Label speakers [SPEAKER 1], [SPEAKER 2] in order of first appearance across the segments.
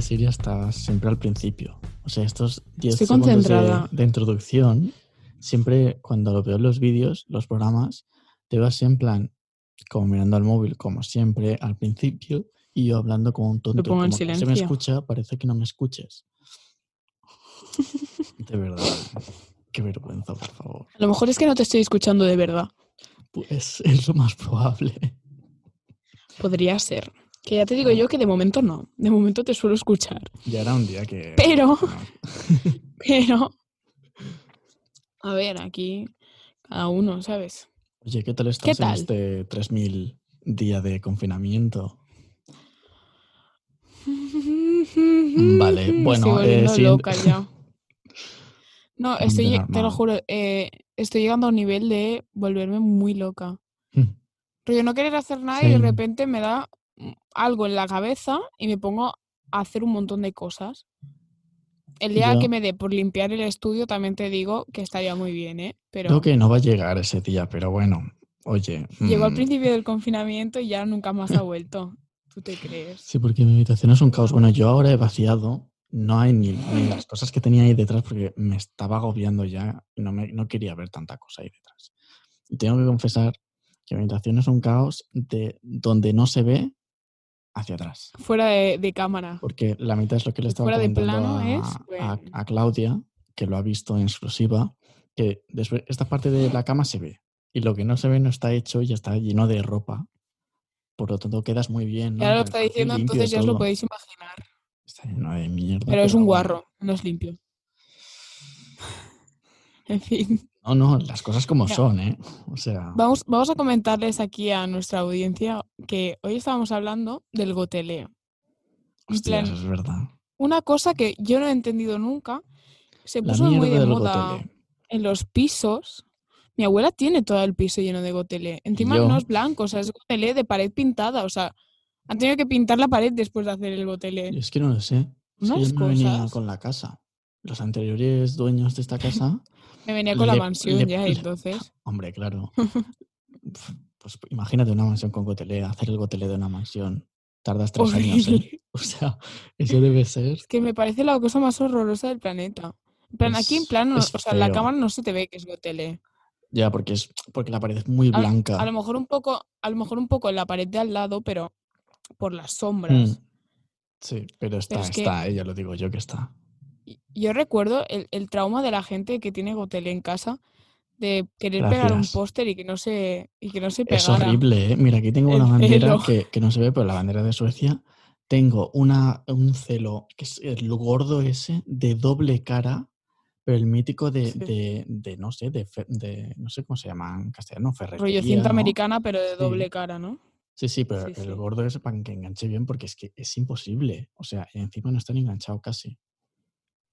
[SPEAKER 1] Siria está siempre al principio. O sea, estos 10
[SPEAKER 2] Estoy
[SPEAKER 1] segundos de,
[SPEAKER 2] concentrada.
[SPEAKER 1] de introducción, siempre cuando veo los vídeos, los programas, te vas en plan, como mirando al móvil, como siempre, al principio, y yo hablando como un tonto.
[SPEAKER 2] pongo en
[SPEAKER 1] como que no Se me
[SPEAKER 2] silencio.
[SPEAKER 1] escucha, parece que no me escuches. De verdad. Qué vergüenza, por favor.
[SPEAKER 2] A lo mejor es que no te estoy escuchando de verdad.
[SPEAKER 1] Pues es lo más probable.
[SPEAKER 2] Podría ser. Que ya te digo yo que de momento no. De momento te suelo escuchar.
[SPEAKER 1] Ya era un día que...
[SPEAKER 2] Pero- Pero. A ver, aquí. Cada uno, ¿sabes?
[SPEAKER 1] Oye, ¿qué tal estás
[SPEAKER 2] tal?
[SPEAKER 1] en este 3000 día de confinamiento?
[SPEAKER 2] Vale,
[SPEAKER 1] bueno, eh, siguiente.
[SPEAKER 2] loca ya. No, estoy,
[SPEAKER 1] Normal.
[SPEAKER 2] te lo juro, eh, estoy llegando a un nivel de volverme muy loca.
[SPEAKER 1] Hmm,
[SPEAKER 2] Pero yo no querer hacer nada y de
[SPEAKER 1] Sí.
[SPEAKER 2] repente me da mm, algo en la cabeza y me pongo a hacer un montón de cosas. El día
[SPEAKER 1] Ya.
[SPEAKER 2] que me dé por limpiar el estudio también te digo que estaría muy bien, ¿eh? Pero
[SPEAKER 1] Creo que no va a llegar ese día, pero bueno, oye.
[SPEAKER 2] llegó al
[SPEAKER 1] mm,
[SPEAKER 2] principio del confinamiento y ya nunca más ha vuelto. ¿Tú te crees?
[SPEAKER 1] Sí, porque mi habitación es un caos. Bueno, yo ahora he vaciado, no hay ni,
[SPEAKER 2] Mm.
[SPEAKER 1] ni las cosas que tenía ahí detrás porque me estaba agobiando ya, no, me, no quería ver tanta cosa ahí detrás. Y tengo que confesar que mi habitación es un caos de donde no se ve hacia atrás.
[SPEAKER 2] Fuera de, de cámara.
[SPEAKER 1] Porque la mitad es lo que le
[SPEAKER 2] Y
[SPEAKER 1] estaba
[SPEAKER 2] fuera de
[SPEAKER 1] comentando
[SPEAKER 2] plano
[SPEAKER 1] a,
[SPEAKER 2] es, pues
[SPEAKER 1] a-
[SPEAKER 2] bueno.
[SPEAKER 1] a Claudia, que lo ha visto en exclusiva, que después esta parte de la cama se ve. Y lo que no se ve no está hecho y está lleno de ropa. Por lo tanto, quedas muy bien.
[SPEAKER 2] Y
[SPEAKER 1] ¿no?
[SPEAKER 2] ahora lo
[SPEAKER 1] Te
[SPEAKER 2] está
[SPEAKER 1] parece
[SPEAKER 2] diciendo,
[SPEAKER 1] limpio
[SPEAKER 2] entonces ya os
[SPEAKER 1] todo.
[SPEAKER 2] lo podéis imaginar.
[SPEAKER 1] Está lleno de mierda.
[SPEAKER 2] Pero es
[SPEAKER 1] bueno.
[SPEAKER 2] un guarro, no es limpio. En fin,
[SPEAKER 1] No, no, las cosas como
[SPEAKER 2] Ya.
[SPEAKER 1] son, ¿eh? O sea,
[SPEAKER 2] vamos, vamos a comentarles aquí a nuestra audiencia que hoy estábamos hablando del goteleo. En
[SPEAKER 1] hostias,
[SPEAKER 2] plan,
[SPEAKER 1] es verdad.
[SPEAKER 2] una cosa que yo no he entendido nunca, se
[SPEAKER 1] La
[SPEAKER 2] puso muy
[SPEAKER 1] mierda
[SPEAKER 2] de
[SPEAKER 1] del
[SPEAKER 2] moda
[SPEAKER 1] gotele.
[SPEAKER 2] en los pisos. Mi abuela tiene todo el piso lleno de gotelé. Encima
[SPEAKER 1] Yo-
[SPEAKER 2] no es blanco, o sea, es gotelé de pared pintada. O sea, han tenido que pintar la pared después de hacer el gotelé.
[SPEAKER 1] Yo Es que no lo sé. Es que
[SPEAKER 2] Unas
[SPEAKER 1] yo no venía
[SPEAKER 2] cosas.
[SPEAKER 1] con la casa. Los anteriores dueños de esta casa
[SPEAKER 2] Me venía con la
[SPEAKER 1] Le-
[SPEAKER 2] mansión
[SPEAKER 1] le-
[SPEAKER 2] ya,
[SPEAKER 1] le-
[SPEAKER 2] entonces.
[SPEAKER 1] Hombre, claro. Pf, Pues imagínate una mansión con gotelé, hacer el gotelé de una mansión. Tardas tres años, ¿eh?
[SPEAKER 2] Horrible.
[SPEAKER 1] O sea, eso debe ser.
[SPEAKER 2] Es que me parece la cosa más horrorosa del planeta. En plan, aquí en
[SPEAKER 1] Es-
[SPEAKER 2] plan, no-
[SPEAKER 1] es
[SPEAKER 2] o sea, en la
[SPEAKER 1] feo.
[SPEAKER 2] cámara no se te ve que es gotelé.
[SPEAKER 1] Ya, porque es porque la pared es muy
[SPEAKER 2] A-
[SPEAKER 1] blanca.
[SPEAKER 2] A lo mejor un poco, a lo mejor un poco en la pared de al lado, pero por las
[SPEAKER 1] Mm.
[SPEAKER 2] sombras.
[SPEAKER 1] Sí, pero está,
[SPEAKER 2] es que-
[SPEAKER 1] está, ¿eh? ya lo digo yo que está.
[SPEAKER 2] Y- Yo recuerdo el, el trauma de la gente que tiene gotelé en casa de querer pegar un
[SPEAKER 1] Gracias.
[SPEAKER 2] póster y que no se y que no se
[SPEAKER 1] Es
[SPEAKER 2] pegara.
[SPEAKER 1] horrible, ¿eh? Mira, aquí tengo una
[SPEAKER 2] El
[SPEAKER 1] bandera
[SPEAKER 2] celo.
[SPEAKER 1] que, que no se ve, pero la bandera de Suecia. Tengo una, un celo, que es el gordo ese, de doble cara, pero el mítico de,
[SPEAKER 2] Sí.
[SPEAKER 1] de, de, no sé, de, fe- de- no sé cómo se llama en castellano, ferretería.
[SPEAKER 2] Rollo cinta
[SPEAKER 1] Pues ¿no?
[SPEAKER 2] americana, pero de
[SPEAKER 1] Sí.
[SPEAKER 2] doble cara, ¿no?
[SPEAKER 1] Sí, sí, pero
[SPEAKER 2] Sí,
[SPEAKER 1] el
[SPEAKER 2] sí.
[SPEAKER 1] gordo ese para que enganche bien, porque es que es imposible. O sea, y encima no está ni enganchado casi.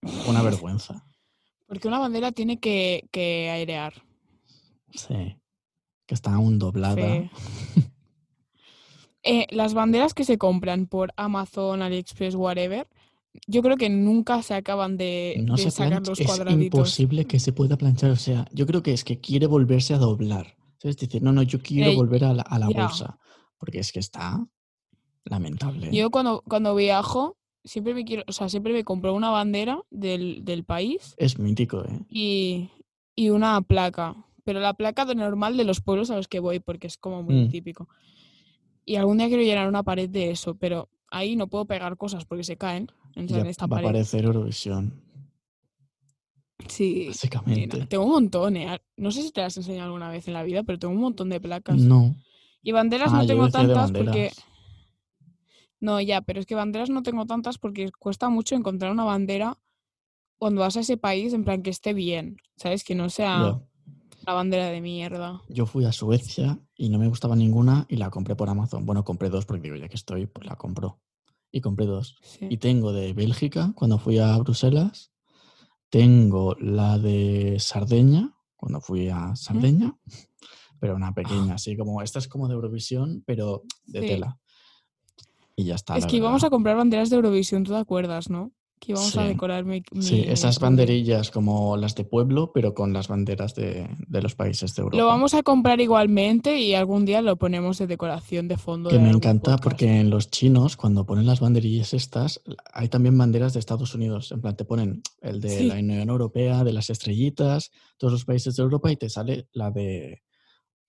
[SPEAKER 1] Una vergüenza.
[SPEAKER 2] Porque una bandera tiene que, que airear.
[SPEAKER 1] Sí. Que está aún doblada.
[SPEAKER 2] Fe. Eh, las banderas que se compran por Amazon, AliExpress, whatever, yo creo que nunca se acaban de,
[SPEAKER 1] No
[SPEAKER 2] de
[SPEAKER 1] se
[SPEAKER 2] sacar
[SPEAKER 1] plancha,
[SPEAKER 2] los
[SPEAKER 1] es
[SPEAKER 2] cuadraditos.
[SPEAKER 1] imposible que se pueda planchar. O sea, yo creo que es que quiere volverse a doblar. Entonces dice, no, no, yo quiero
[SPEAKER 2] Eh,
[SPEAKER 1] volver a la, a la
[SPEAKER 2] ya.
[SPEAKER 1] bolsa. Porque es que está lamentable.
[SPEAKER 2] Yo cuando, cuando viajo, siempre me quiero, o sea, siempre me compro una bandera del, del país
[SPEAKER 1] Es mítico, ¿eh?
[SPEAKER 2] y, y una placa. Pero la placa de normal de los pueblos a los que voy, porque es como muy
[SPEAKER 1] Mm.
[SPEAKER 2] típico. Y algún día quiero llenar una pared de eso, pero ahí no puedo pegar cosas porque se caen. O sea,
[SPEAKER 1] Ya
[SPEAKER 2] en esta
[SPEAKER 1] va a
[SPEAKER 2] pared.
[SPEAKER 1] aparecer Eurovisión,
[SPEAKER 2] Sí. Mira,
[SPEAKER 1] básicamente.
[SPEAKER 2] tengo un montón, eh. a- No sé si te las he enseñado alguna vez en la vida, pero tengo un montón de placas.
[SPEAKER 1] No.
[SPEAKER 2] Y banderas
[SPEAKER 1] Ah,
[SPEAKER 2] no
[SPEAKER 1] yo
[SPEAKER 2] tengo
[SPEAKER 1] decía de
[SPEAKER 2] tantas porque.
[SPEAKER 1] banderas.
[SPEAKER 2] No, ya, pero es que banderas no tengo tantas porque cuesta mucho encontrar una bandera cuando vas a ese país, en plan que esté bien, ¿sabes? Que no sea
[SPEAKER 1] Ya.
[SPEAKER 2] una bandera de mierda.
[SPEAKER 1] Yo fui a Suecia y no me gustaba ninguna y la compré por Amazon. Bueno, compré dos porque digo, ya que estoy, pues la compro. Y compré dos.
[SPEAKER 2] Sí.
[SPEAKER 1] Y tengo de Bélgica, cuando fui a Bruselas. Tengo la de Sardeña, cuando fui a Sardeña. Pero una pequeña, así como, esta es como de Eurovisión, pero de
[SPEAKER 2] Ah. Sí.
[SPEAKER 1] tela. Y ya está.
[SPEAKER 2] Es
[SPEAKER 1] la
[SPEAKER 2] que íbamos a
[SPEAKER 1] verdad.
[SPEAKER 2] comprar banderas de Eurovisión, ¿tú te acuerdas, no? Que íbamos
[SPEAKER 1] Sí.
[SPEAKER 2] a decorar mi, mi-
[SPEAKER 1] Sí, esas
[SPEAKER 2] mi-
[SPEAKER 1] banderillas como las de pueblo, pero con las banderas de, de los países de Europa.
[SPEAKER 2] Lo vamos a comprar igualmente y algún día lo ponemos de decoración de fondo.
[SPEAKER 1] que
[SPEAKER 2] de
[SPEAKER 1] me
[SPEAKER 2] algún
[SPEAKER 1] encanta
[SPEAKER 2] podcast.
[SPEAKER 1] porque en los chinos, cuando ponen las banderillas estas, hay también banderas de Estados Unidos. En plan, te ponen el de
[SPEAKER 2] Sí.
[SPEAKER 1] la Unión Europea, de las estrellitas, todos los países de Europa y te sale la de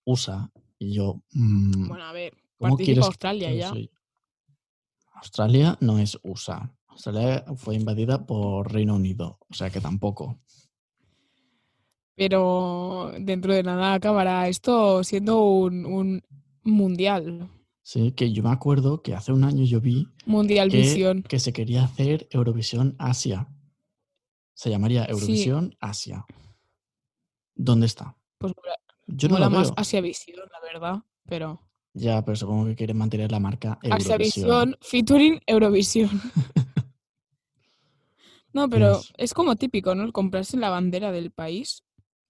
[SPEAKER 1] USA. Y yo, mm,
[SPEAKER 2] Bueno, a ver,
[SPEAKER 1] ¿cómo
[SPEAKER 2] participa
[SPEAKER 1] quieres
[SPEAKER 2] Australia
[SPEAKER 1] que
[SPEAKER 2] ya.
[SPEAKER 1] soy? Australia no es USA. Australia fue invadida por Reino Unido, o sea que tampoco.
[SPEAKER 2] Pero dentro de nada acabará esto siendo un, un mundial.
[SPEAKER 1] Sí, que yo me acuerdo que hace un año yo vi
[SPEAKER 2] Mundial
[SPEAKER 1] que,
[SPEAKER 2] visión.
[SPEAKER 1] que se quería hacer Eurovisión Asia. Se llamaría Eurovisión Asia. ¿Dónde está?
[SPEAKER 2] Pues mola,
[SPEAKER 1] Yo no
[SPEAKER 2] mola
[SPEAKER 1] lo
[SPEAKER 2] más
[SPEAKER 1] veo.
[SPEAKER 2] Asia Visión, la verdad. Pero
[SPEAKER 1] Ya, pero supongo que quieren mantener la marca
[SPEAKER 2] Asia
[SPEAKER 1] Eurovisión.
[SPEAKER 2] Visión featuring Eurovisión. no, pero
[SPEAKER 1] Dios.
[SPEAKER 2] es como típico, ¿no? El comprarse la bandera del país.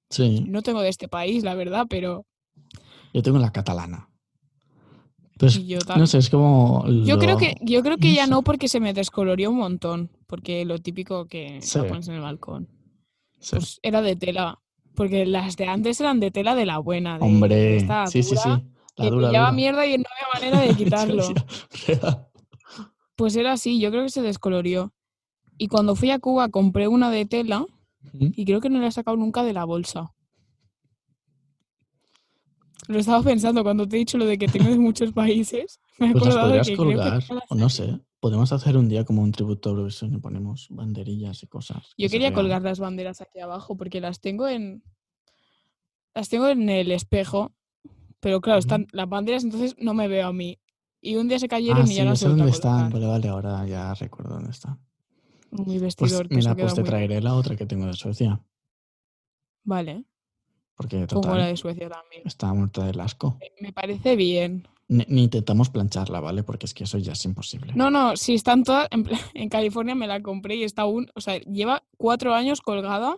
[SPEAKER 1] Sí,
[SPEAKER 2] No tengo de este país, la verdad, pero
[SPEAKER 1] yo tengo la catalana. Entonces,
[SPEAKER 2] yo tal.
[SPEAKER 1] Pues no sé, es como...
[SPEAKER 2] Yo creo
[SPEAKER 1] lo-
[SPEAKER 2] que, yo creo que
[SPEAKER 1] no
[SPEAKER 2] ya
[SPEAKER 1] sé.
[SPEAKER 2] no porque se me descolorió un montón, porque lo típico que
[SPEAKER 1] Sí.
[SPEAKER 2] la pones en el balcón,
[SPEAKER 1] sí.
[SPEAKER 2] pues era de tela, porque las de antes eran de tela de la buena, de, de
[SPEAKER 1] Hombre,
[SPEAKER 2] esta
[SPEAKER 1] sí, sí, sí.
[SPEAKER 2] dura,
[SPEAKER 1] La
[SPEAKER 2] que
[SPEAKER 1] dura,
[SPEAKER 2] pillaba
[SPEAKER 1] dura.
[SPEAKER 2] mierda y no había manera de quitarlo.
[SPEAKER 1] Real.
[SPEAKER 2] pues era así, yo creo que se descolorió. Y cuando fui a Cuba compré una de tela
[SPEAKER 1] Ujú.
[SPEAKER 2] y creo que no la he sacado nunca de la bolsa. Lo estaba pensando cuando te he dicho lo de que tengo de muchos países. Me he
[SPEAKER 1] Pues las
[SPEAKER 2] acordado de
[SPEAKER 1] podrías
[SPEAKER 2] que creo que
[SPEAKER 1] colgar,
[SPEAKER 2] no las
[SPEAKER 1] o no sé. Podemos hacer un día como un tributo a Eurovisión y ponemos banderillas y cosas. que
[SPEAKER 2] Yo
[SPEAKER 1] se
[SPEAKER 2] quería
[SPEAKER 1] vean.
[SPEAKER 2] colgar las banderas aquí abajo porque las tengo en. Las tengo en el espejo. Pero claro,
[SPEAKER 1] Ujú.
[SPEAKER 2] están las banderas, entonces no me veo a mí. Y un día se cayeron
[SPEAKER 1] Ah,
[SPEAKER 2] y
[SPEAKER 1] sí,
[SPEAKER 2] ya
[SPEAKER 1] ya
[SPEAKER 2] las he
[SPEAKER 1] sé
[SPEAKER 2] vuelto
[SPEAKER 1] dónde
[SPEAKER 2] a
[SPEAKER 1] están.
[SPEAKER 2] colocar.
[SPEAKER 1] Vale, vale, ahora ya recuerdo dónde están.
[SPEAKER 2] Mi
[SPEAKER 1] Pues
[SPEAKER 2] vestidor, que se
[SPEAKER 1] mira,
[SPEAKER 2] ha
[SPEAKER 1] pues
[SPEAKER 2] quedado
[SPEAKER 1] te
[SPEAKER 2] muy bien.
[SPEAKER 1] traeré la otra que tengo de Suecia,
[SPEAKER 2] Vale,
[SPEAKER 1] porque
[SPEAKER 2] pongo la
[SPEAKER 1] total,
[SPEAKER 2] de Suecia también.
[SPEAKER 1] está muerta del asco.
[SPEAKER 2] Eh, Me parece bien.
[SPEAKER 1] Ni, ni intentamos plancharla, ¿vale? Porque es que eso ya es imposible.
[SPEAKER 2] No, no, si están todas. En, pla- en California me la compré y está aún. O sea, lleva cuatro años colgada.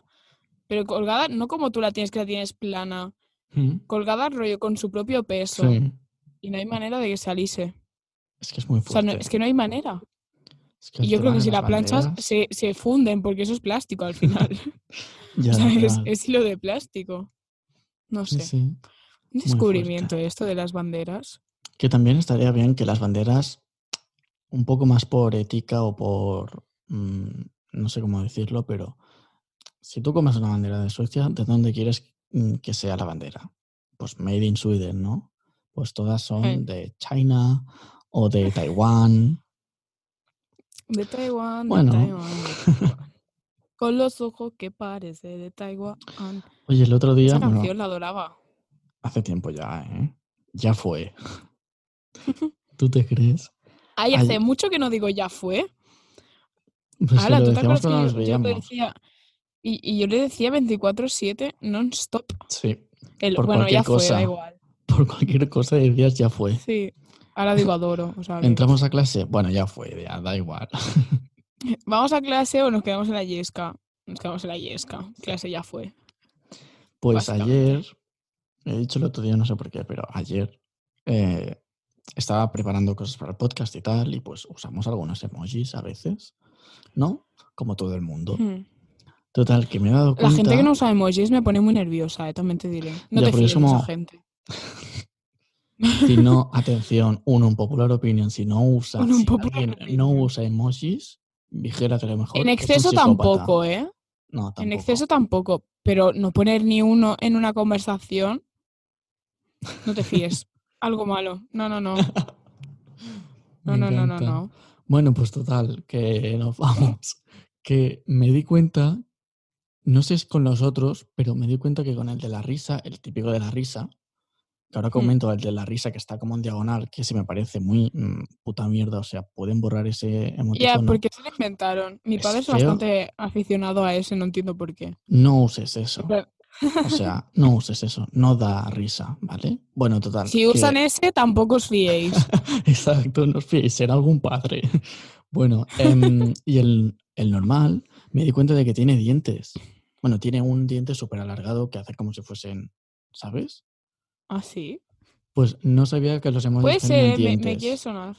[SPEAKER 2] Pero colgada no como tú la tienes, que la tienes plana.
[SPEAKER 1] Mm,
[SPEAKER 2] Colgada rollo con su propio peso.
[SPEAKER 1] Sí,
[SPEAKER 2] Y no hay manera de que se alise.
[SPEAKER 1] es que es muy
[SPEAKER 2] O sea, no-
[SPEAKER 1] fuerte.
[SPEAKER 2] es que no hay manera.
[SPEAKER 1] Es que
[SPEAKER 2] Y
[SPEAKER 1] el
[SPEAKER 2] yo creo
[SPEAKER 1] tema
[SPEAKER 2] que
[SPEAKER 1] de
[SPEAKER 2] si
[SPEAKER 1] las
[SPEAKER 2] la planchas
[SPEAKER 1] banderas-
[SPEAKER 2] se, se funden porque eso es plástico al final.
[SPEAKER 1] Ya,
[SPEAKER 2] o sea, es,
[SPEAKER 1] real.
[SPEAKER 2] es hilo de plástico. No
[SPEAKER 1] Sí,
[SPEAKER 2] sé.
[SPEAKER 1] sí.
[SPEAKER 2] Un
[SPEAKER 1] fuerte.
[SPEAKER 2] descubrimiento esto de las banderas.
[SPEAKER 1] Que también estaría bien que las banderas, un poco más por ética o por, mm, no sé cómo decirlo, pero si tú comes una bandera de Suecia, ¿de dónde quieres mm, que sea la bandera? Pues Made in Sweden, ¿no? Pues todas
[SPEAKER 2] Hmm.
[SPEAKER 1] son de China o de Taiwán.
[SPEAKER 2] De Taiwán,
[SPEAKER 1] Bueno.
[SPEAKER 2] de Taiwán. de Taiwán. Con los ojos que parece de Taiwán.
[SPEAKER 1] Oye, el otro día,
[SPEAKER 2] Esa
[SPEAKER 1] bueno,
[SPEAKER 2] canción la adoraba.
[SPEAKER 1] hace tiempo ya, ¿eh? Ya fue. ¿Tú te crees? Ay.
[SPEAKER 2] Ay, hace mucho que no digo ya fue.
[SPEAKER 1] Pues que
[SPEAKER 2] Hala,
[SPEAKER 1] lo
[SPEAKER 2] ¿tú te
[SPEAKER 1] decíamos
[SPEAKER 2] acuerdas que
[SPEAKER 1] cuando nos
[SPEAKER 2] yo, yo te
[SPEAKER 1] veíamos.
[SPEAKER 2] decía? Y, y yo le decía 24-7 non-stop.
[SPEAKER 1] Sí,
[SPEAKER 2] El,
[SPEAKER 1] Por
[SPEAKER 2] bueno,
[SPEAKER 1] cualquier
[SPEAKER 2] ya fue,
[SPEAKER 1] cosa.
[SPEAKER 2] da igual.
[SPEAKER 1] por cualquier cosa decías ya fue.
[SPEAKER 2] Sí. Ahora digo adoro. O sea, que-
[SPEAKER 1] Entramos a clase, bueno, ya fue, ya da igual.
[SPEAKER 2] ¿Vamos a clase o nos quedamos en la yesca? Nos quedamos en la yesca. Clase ya fue.
[SPEAKER 1] Pues
[SPEAKER 2] Básicamente.
[SPEAKER 1] ayer, he dicho el otro día, no sé por qué, pero ayer eh, estaba preparando cosas para el podcast y tal, y pues usamos algunos emojis a veces, ¿no? Como todo el mundo.
[SPEAKER 2] Hmm.
[SPEAKER 1] Total, que me he dado
[SPEAKER 2] La
[SPEAKER 1] Oh, cuenta.
[SPEAKER 2] gente que no usa emojis me pone muy nerviosa, eh, también te diré. No
[SPEAKER 1] Ya,
[SPEAKER 2] te
[SPEAKER 1] porque es
[SPEAKER 2] fíes de
[SPEAKER 1] como-
[SPEAKER 2] esa gente.
[SPEAKER 1] Si no, atención, uno, un popular opinion, si no usa,
[SPEAKER 2] Un
[SPEAKER 1] si
[SPEAKER 2] unpopular
[SPEAKER 1] alguien no
[SPEAKER 2] opinion.
[SPEAKER 1] usa emojis, dijera que a lo mejor.
[SPEAKER 2] En
[SPEAKER 1] es un
[SPEAKER 2] exceso
[SPEAKER 1] psicópata.
[SPEAKER 2] tampoco, ¿eh?
[SPEAKER 1] No, tampoco.
[SPEAKER 2] En exceso tampoco. Pero no poner ni uno en una conversación, no te fíes. Algo malo. No, no, no. No,
[SPEAKER 1] Me
[SPEAKER 2] no, no, no,
[SPEAKER 1] encanta.
[SPEAKER 2] no.
[SPEAKER 1] Bueno, pues total, que nos vamos. Que me di cuenta, no sé si con los otros, pero me di cuenta que con el de la risa, el típico de la risa, que
[SPEAKER 2] Hmm.
[SPEAKER 1] ahora comento el de la risa que está como en diagonal, que se me parece muy mm, puta mierda, o sea, pueden borrar ese
[SPEAKER 2] Ya,
[SPEAKER 1] emoticono.
[SPEAKER 2] porque se lo inventaron. Mi
[SPEAKER 1] Es
[SPEAKER 2] padre es
[SPEAKER 1] feo.
[SPEAKER 2] bastante aficionado a ese, no entiendo por qué.
[SPEAKER 1] No uses eso.
[SPEAKER 2] Pero
[SPEAKER 1] O sea, no uses eso. No da risa, ¿vale? Bueno, total.
[SPEAKER 2] si
[SPEAKER 1] que-
[SPEAKER 2] usan ese, tampoco os fiéis.
[SPEAKER 1] Exacto, no os fiéis, será algún padre. Bueno, em, y el, el normal, me di cuenta de que tiene dientes. Bueno, tiene un diente súper alargado que hace como si fuesen, ¿sabes?
[SPEAKER 2] ¿Ah, sí?
[SPEAKER 1] Pues no sabía que los emojis tenían
[SPEAKER 2] Puede ser, ¿eh? me, me
[SPEAKER 1] dientes.
[SPEAKER 2] quiere sonar.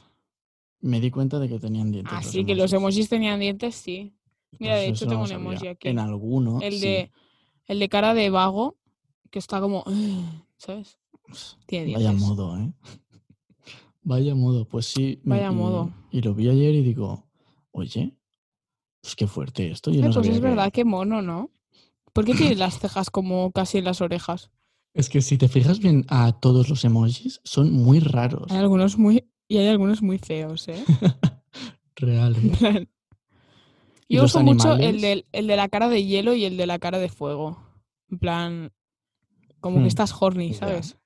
[SPEAKER 1] me di cuenta de que tenían dientes.
[SPEAKER 2] Así Ah, que los emojis tenían dientes, sí. Mira,
[SPEAKER 1] Entonces,
[SPEAKER 2] de hecho
[SPEAKER 1] Pues eso
[SPEAKER 2] tengo
[SPEAKER 1] no
[SPEAKER 2] un
[SPEAKER 1] lo
[SPEAKER 2] emoji
[SPEAKER 1] sabía.
[SPEAKER 2] aquí.
[SPEAKER 1] En alguno.
[SPEAKER 2] El
[SPEAKER 1] sí.
[SPEAKER 2] de, el de cara de vago, que está como, ¿sabes? Tiene dientes.
[SPEAKER 1] Vaya modo, ¿eh? Vaya modo, pues sí. me-
[SPEAKER 2] Vaya
[SPEAKER 1] y-
[SPEAKER 2] modo.
[SPEAKER 1] Y lo vi ayer y digo, oye, pues qué fuerte esto. Yo
[SPEAKER 2] Ay,
[SPEAKER 1] no
[SPEAKER 2] pues
[SPEAKER 1] sabía
[SPEAKER 2] es
[SPEAKER 1] que-
[SPEAKER 2] verdad, qué mono, ¿no? ¿Por qué tiene las cejas como casi en las orejas?
[SPEAKER 1] Es que si te fijas bien a todos los emojis, son muy raros.
[SPEAKER 2] Hay algunos muy... Y hay algunos muy feos, ¿eh?
[SPEAKER 1] Real.
[SPEAKER 2] En
[SPEAKER 1] ¿eh?
[SPEAKER 2] plan.
[SPEAKER 1] ¿Y
[SPEAKER 2] Yo
[SPEAKER 1] los
[SPEAKER 2] uso mucho el
[SPEAKER 1] animales?
[SPEAKER 2] del- el de la cara de hielo y el de la cara de fuego. En plan, como
[SPEAKER 1] Hmm,
[SPEAKER 2] que estás horny,
[SPEAKER 1] ya.
[SPEAKER 2] ¿sabes?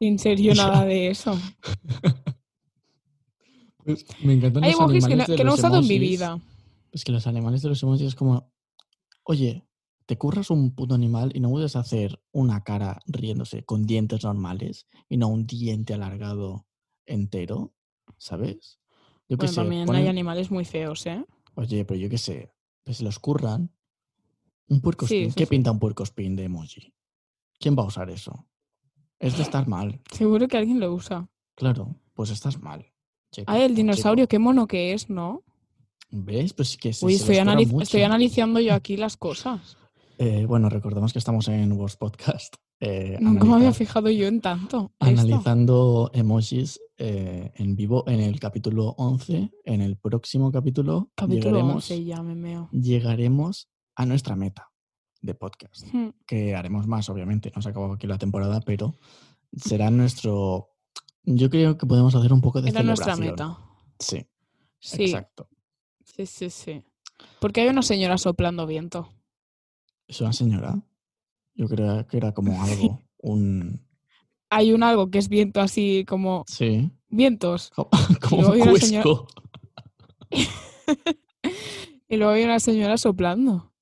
[SPEAKER 2] En serio,
[SPEAKER 1] Ya.
[SPEAKER 2] nada de eso.
[SPEAKER 1] Pues me encantan
[SPEAKER 2] Hay
[SPEAKER 1] los
[SPEAKER 2] emojis que no,
[SPEAKER 1] animales de
[SPEAKER 2] que no he
[SPEAKER 1] los
[SPEAKER 2] usado en mi
[SPEAKER 1] emojis.
[SPEAKER 2] vida.
[SPEAKER 1] Es que los animales de los emojis es como, oye, te curras un puto animal y no puedes hacer una cara riéndose con dientes normales y no un diente alargado entero, ¿sabes? Yo qué
[SPEAKER 2] Bueno,
[SPEAKER 1] sé,
[SPEAKER 2] también hay
[SPEAKER 1] ponen,
[SPEAKER 2] animales muy feos, ¿eh?
[SPEAKER 1] oye, pero yo qué sé, pues se los curran. Un
[SPEAKER 2] Sí,
[SPEAKER 1] puercospín,
[SPEAKER 2] eso
[SPEAKER 1] ¿qué
[SPEAKER 2] sí.
[SPEAKER 1] pinta un puercospín de emoji? ¿Quién va a usar eso? Es de estar mal,
[SPEAKER 2] Seguro que alguien lo usa.
[SPEAKER 1] claro, pues estás mal. chica
[SPEAKER 2] Ay, el
[SPEAKER 1] o
[SPEAKER 2] dinosaurio,
[SPEAKER 1] chico.
[SPEAKER 2] qué mono que es, ¿no?
[SPEAKER 1] ¿Ves? Pues es que se,
[SPEAKER 2] Uy,
[SPEAKER 1] se los
[SPEAKER 2] estoy,
[SPEAKER 1] curran
[SPEAKER 2] analiz-
[SPEAKER 1] mucho.
[SPEAKER 2] estoy analizando yo aquí las cosas.
[SPEAKER 1] Eh, bueno, recordemos que estamos en Words Podcast. eh,
[SPEAKER 2] Nunca me Mm, había
[SPEAKER 1] analiza-
[SPEAKER 2] fijado yo en tanto. Esto.
[SPEAKER 1] analizando emojis eh, en vivo en el capítulo 11. En el próximo capítulo
[SPEAKER 2] Capítulo
[SPEAKER 1] llegaremos,
[SPEAKER 2] 11 ya me meo.
[SPEAKER 1] llegaremos a nuestra meta de podcast,
[SPEAKER 2] Hmm.
[SPEAKER 1] que haremos más, obviamente. No se acabó aquí la temporada, pero será nuestro... Yo creo que podemos hacer un poco de
[SPEAKER 2] Era nuestra
[SPEAKER 1] celebración.
[SPEAKER 2] meta.
[SPEAKER 1] Sí,
[SPEAKER 2] Sí,
[SPEAKER 1] exacto.
[SPEAKER 2] sí, sí, sí. Porque hay una señora soplando viento.
[SPEAKER 1] Es una señora. Yo creo que era como algo, un...
[SPEAKER 2] Hay un algo que es viento así como
[SPEAKER 1] Sí,
[SPEAKER 2] vientos.
[SPEAKER 1] como,
[SPEAKER 2] Y
[SPEAKER 1] como
[SPEAKER 2] luego
[SPEAKER 1] un
[SPEAKER 2] hay una señora
[SPEAKER 1] cuesco.
[SPEAKER 2] y luego hay una señora soplando.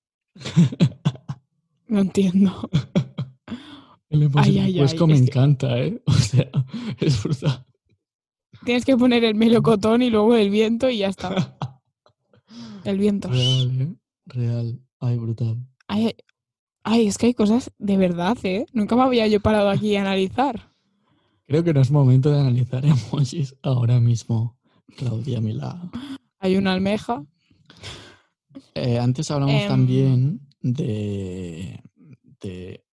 [SPEAKER 2] No entiendo.
[SPEAKER 1] El emoji
[SPEAKER 2] Ay,
[SPEAKER 1] del
[SPEAKER 2] ay, ay.
[SPEAKER 1] cuesco me
[SPEAKER 2] es que
[SPEAKER 1] encanta, ¿eh? O sea, es brutal.
[SPEAKER 2] tienes que poner el melocotón y luego el viento y ya está. El viento.
[SPEAKER 1] Real, ¿eh? Real. Ay, brutal.
[SPEAKER 2] Ay, ay, ay, es que hay cosas de verdad, ¿eh? Nunca me había yo parado aquí a analizar.
[SPEAKER 1] Creo que no es momento de analizar emojis ahora mismo, Claudia Milá.
[SPEAKER 2] Hay una almeja.
[SPEAKER 1] Eh, antes hablamos
[SPEAKER 2] Em.
[SPEAKER 1] también de, de-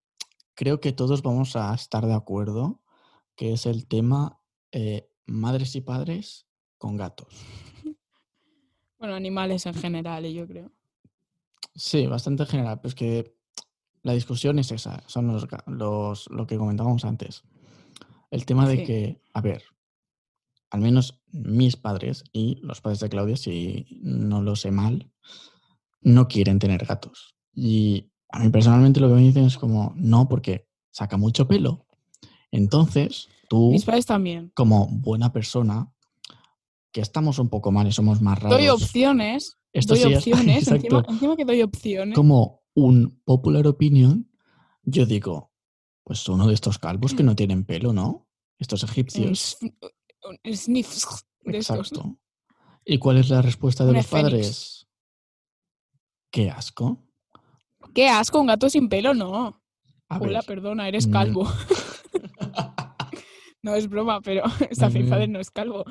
[SPEAKER 1] Creo que todos vamos a estar de acuerdo, que es el tema eh, madres y padres con gatos.
[SPEAKER 2] Bueno, animales en general, eh, yo creo.
[SPEAKER 1] Sí, bastante general, pero es que la discusión es esa, son los, ga- los- lo que comentábamos antes. El tema de
[SPEAKER 2] Sí.
[SPEAKER 1] que, a ver, al menos mis padres y los padres de Claudia, si no lo sé mal, no quieren tener gatos. Y a mí personalmente lo que me dicen es como, no, porque saca mucho pelo. Entonces, tú,
[SPEAKER 2] Mis padres también.
[SPEAKER 1] como buena persona, que estamos un poco mal y somos más raros.
[SPEAKER 2] Doy opciones.
[SPEAKER 1] Esto
[SPEAKER 2] doy
[SPEAKER 1] sí es-
[SPEAKER 2] opciones. encima,
[SPEAKER 1] exacto.
[SPEAKER 2] encima que doy opciones.
[SPEAKER 1] como un popular opinion, yo digo, pues uno de estos calvos
[SPEAKER 2] Mm.
[SPEAKER 1] que no tienen pelo, ¿no? Estos
[SPEAKER 2] Un,
[SPEAKER 1] egipcios.
[SPEAKER 2] sn- un sniff eh, de estos.
[SPEAKER 1] Exacto. ¿Y cuál es la respuesta de
[SPEAKER 2] Una
[SPEAKER 1] los
[SPEAKER 2] fénix.
[SPEAKER 1] padres? Qué asco.
[SPEAKER 2] Qué asco, un gato sin pelo, no.
[SPEAKER 1] A
[SPEAKER 2] Hola,
[SPEAKER 1] ver.
[SPEAKER 2] perdona, eres
[SPEAKER 1] mm,
[SPEAKER 2] calvo. No es broma, pero
[SPEAKER 1] No,
[SPEAKER 2] esta mi
[SPEAKER 1] no,
[SPEAKER 2] padre no es calvo.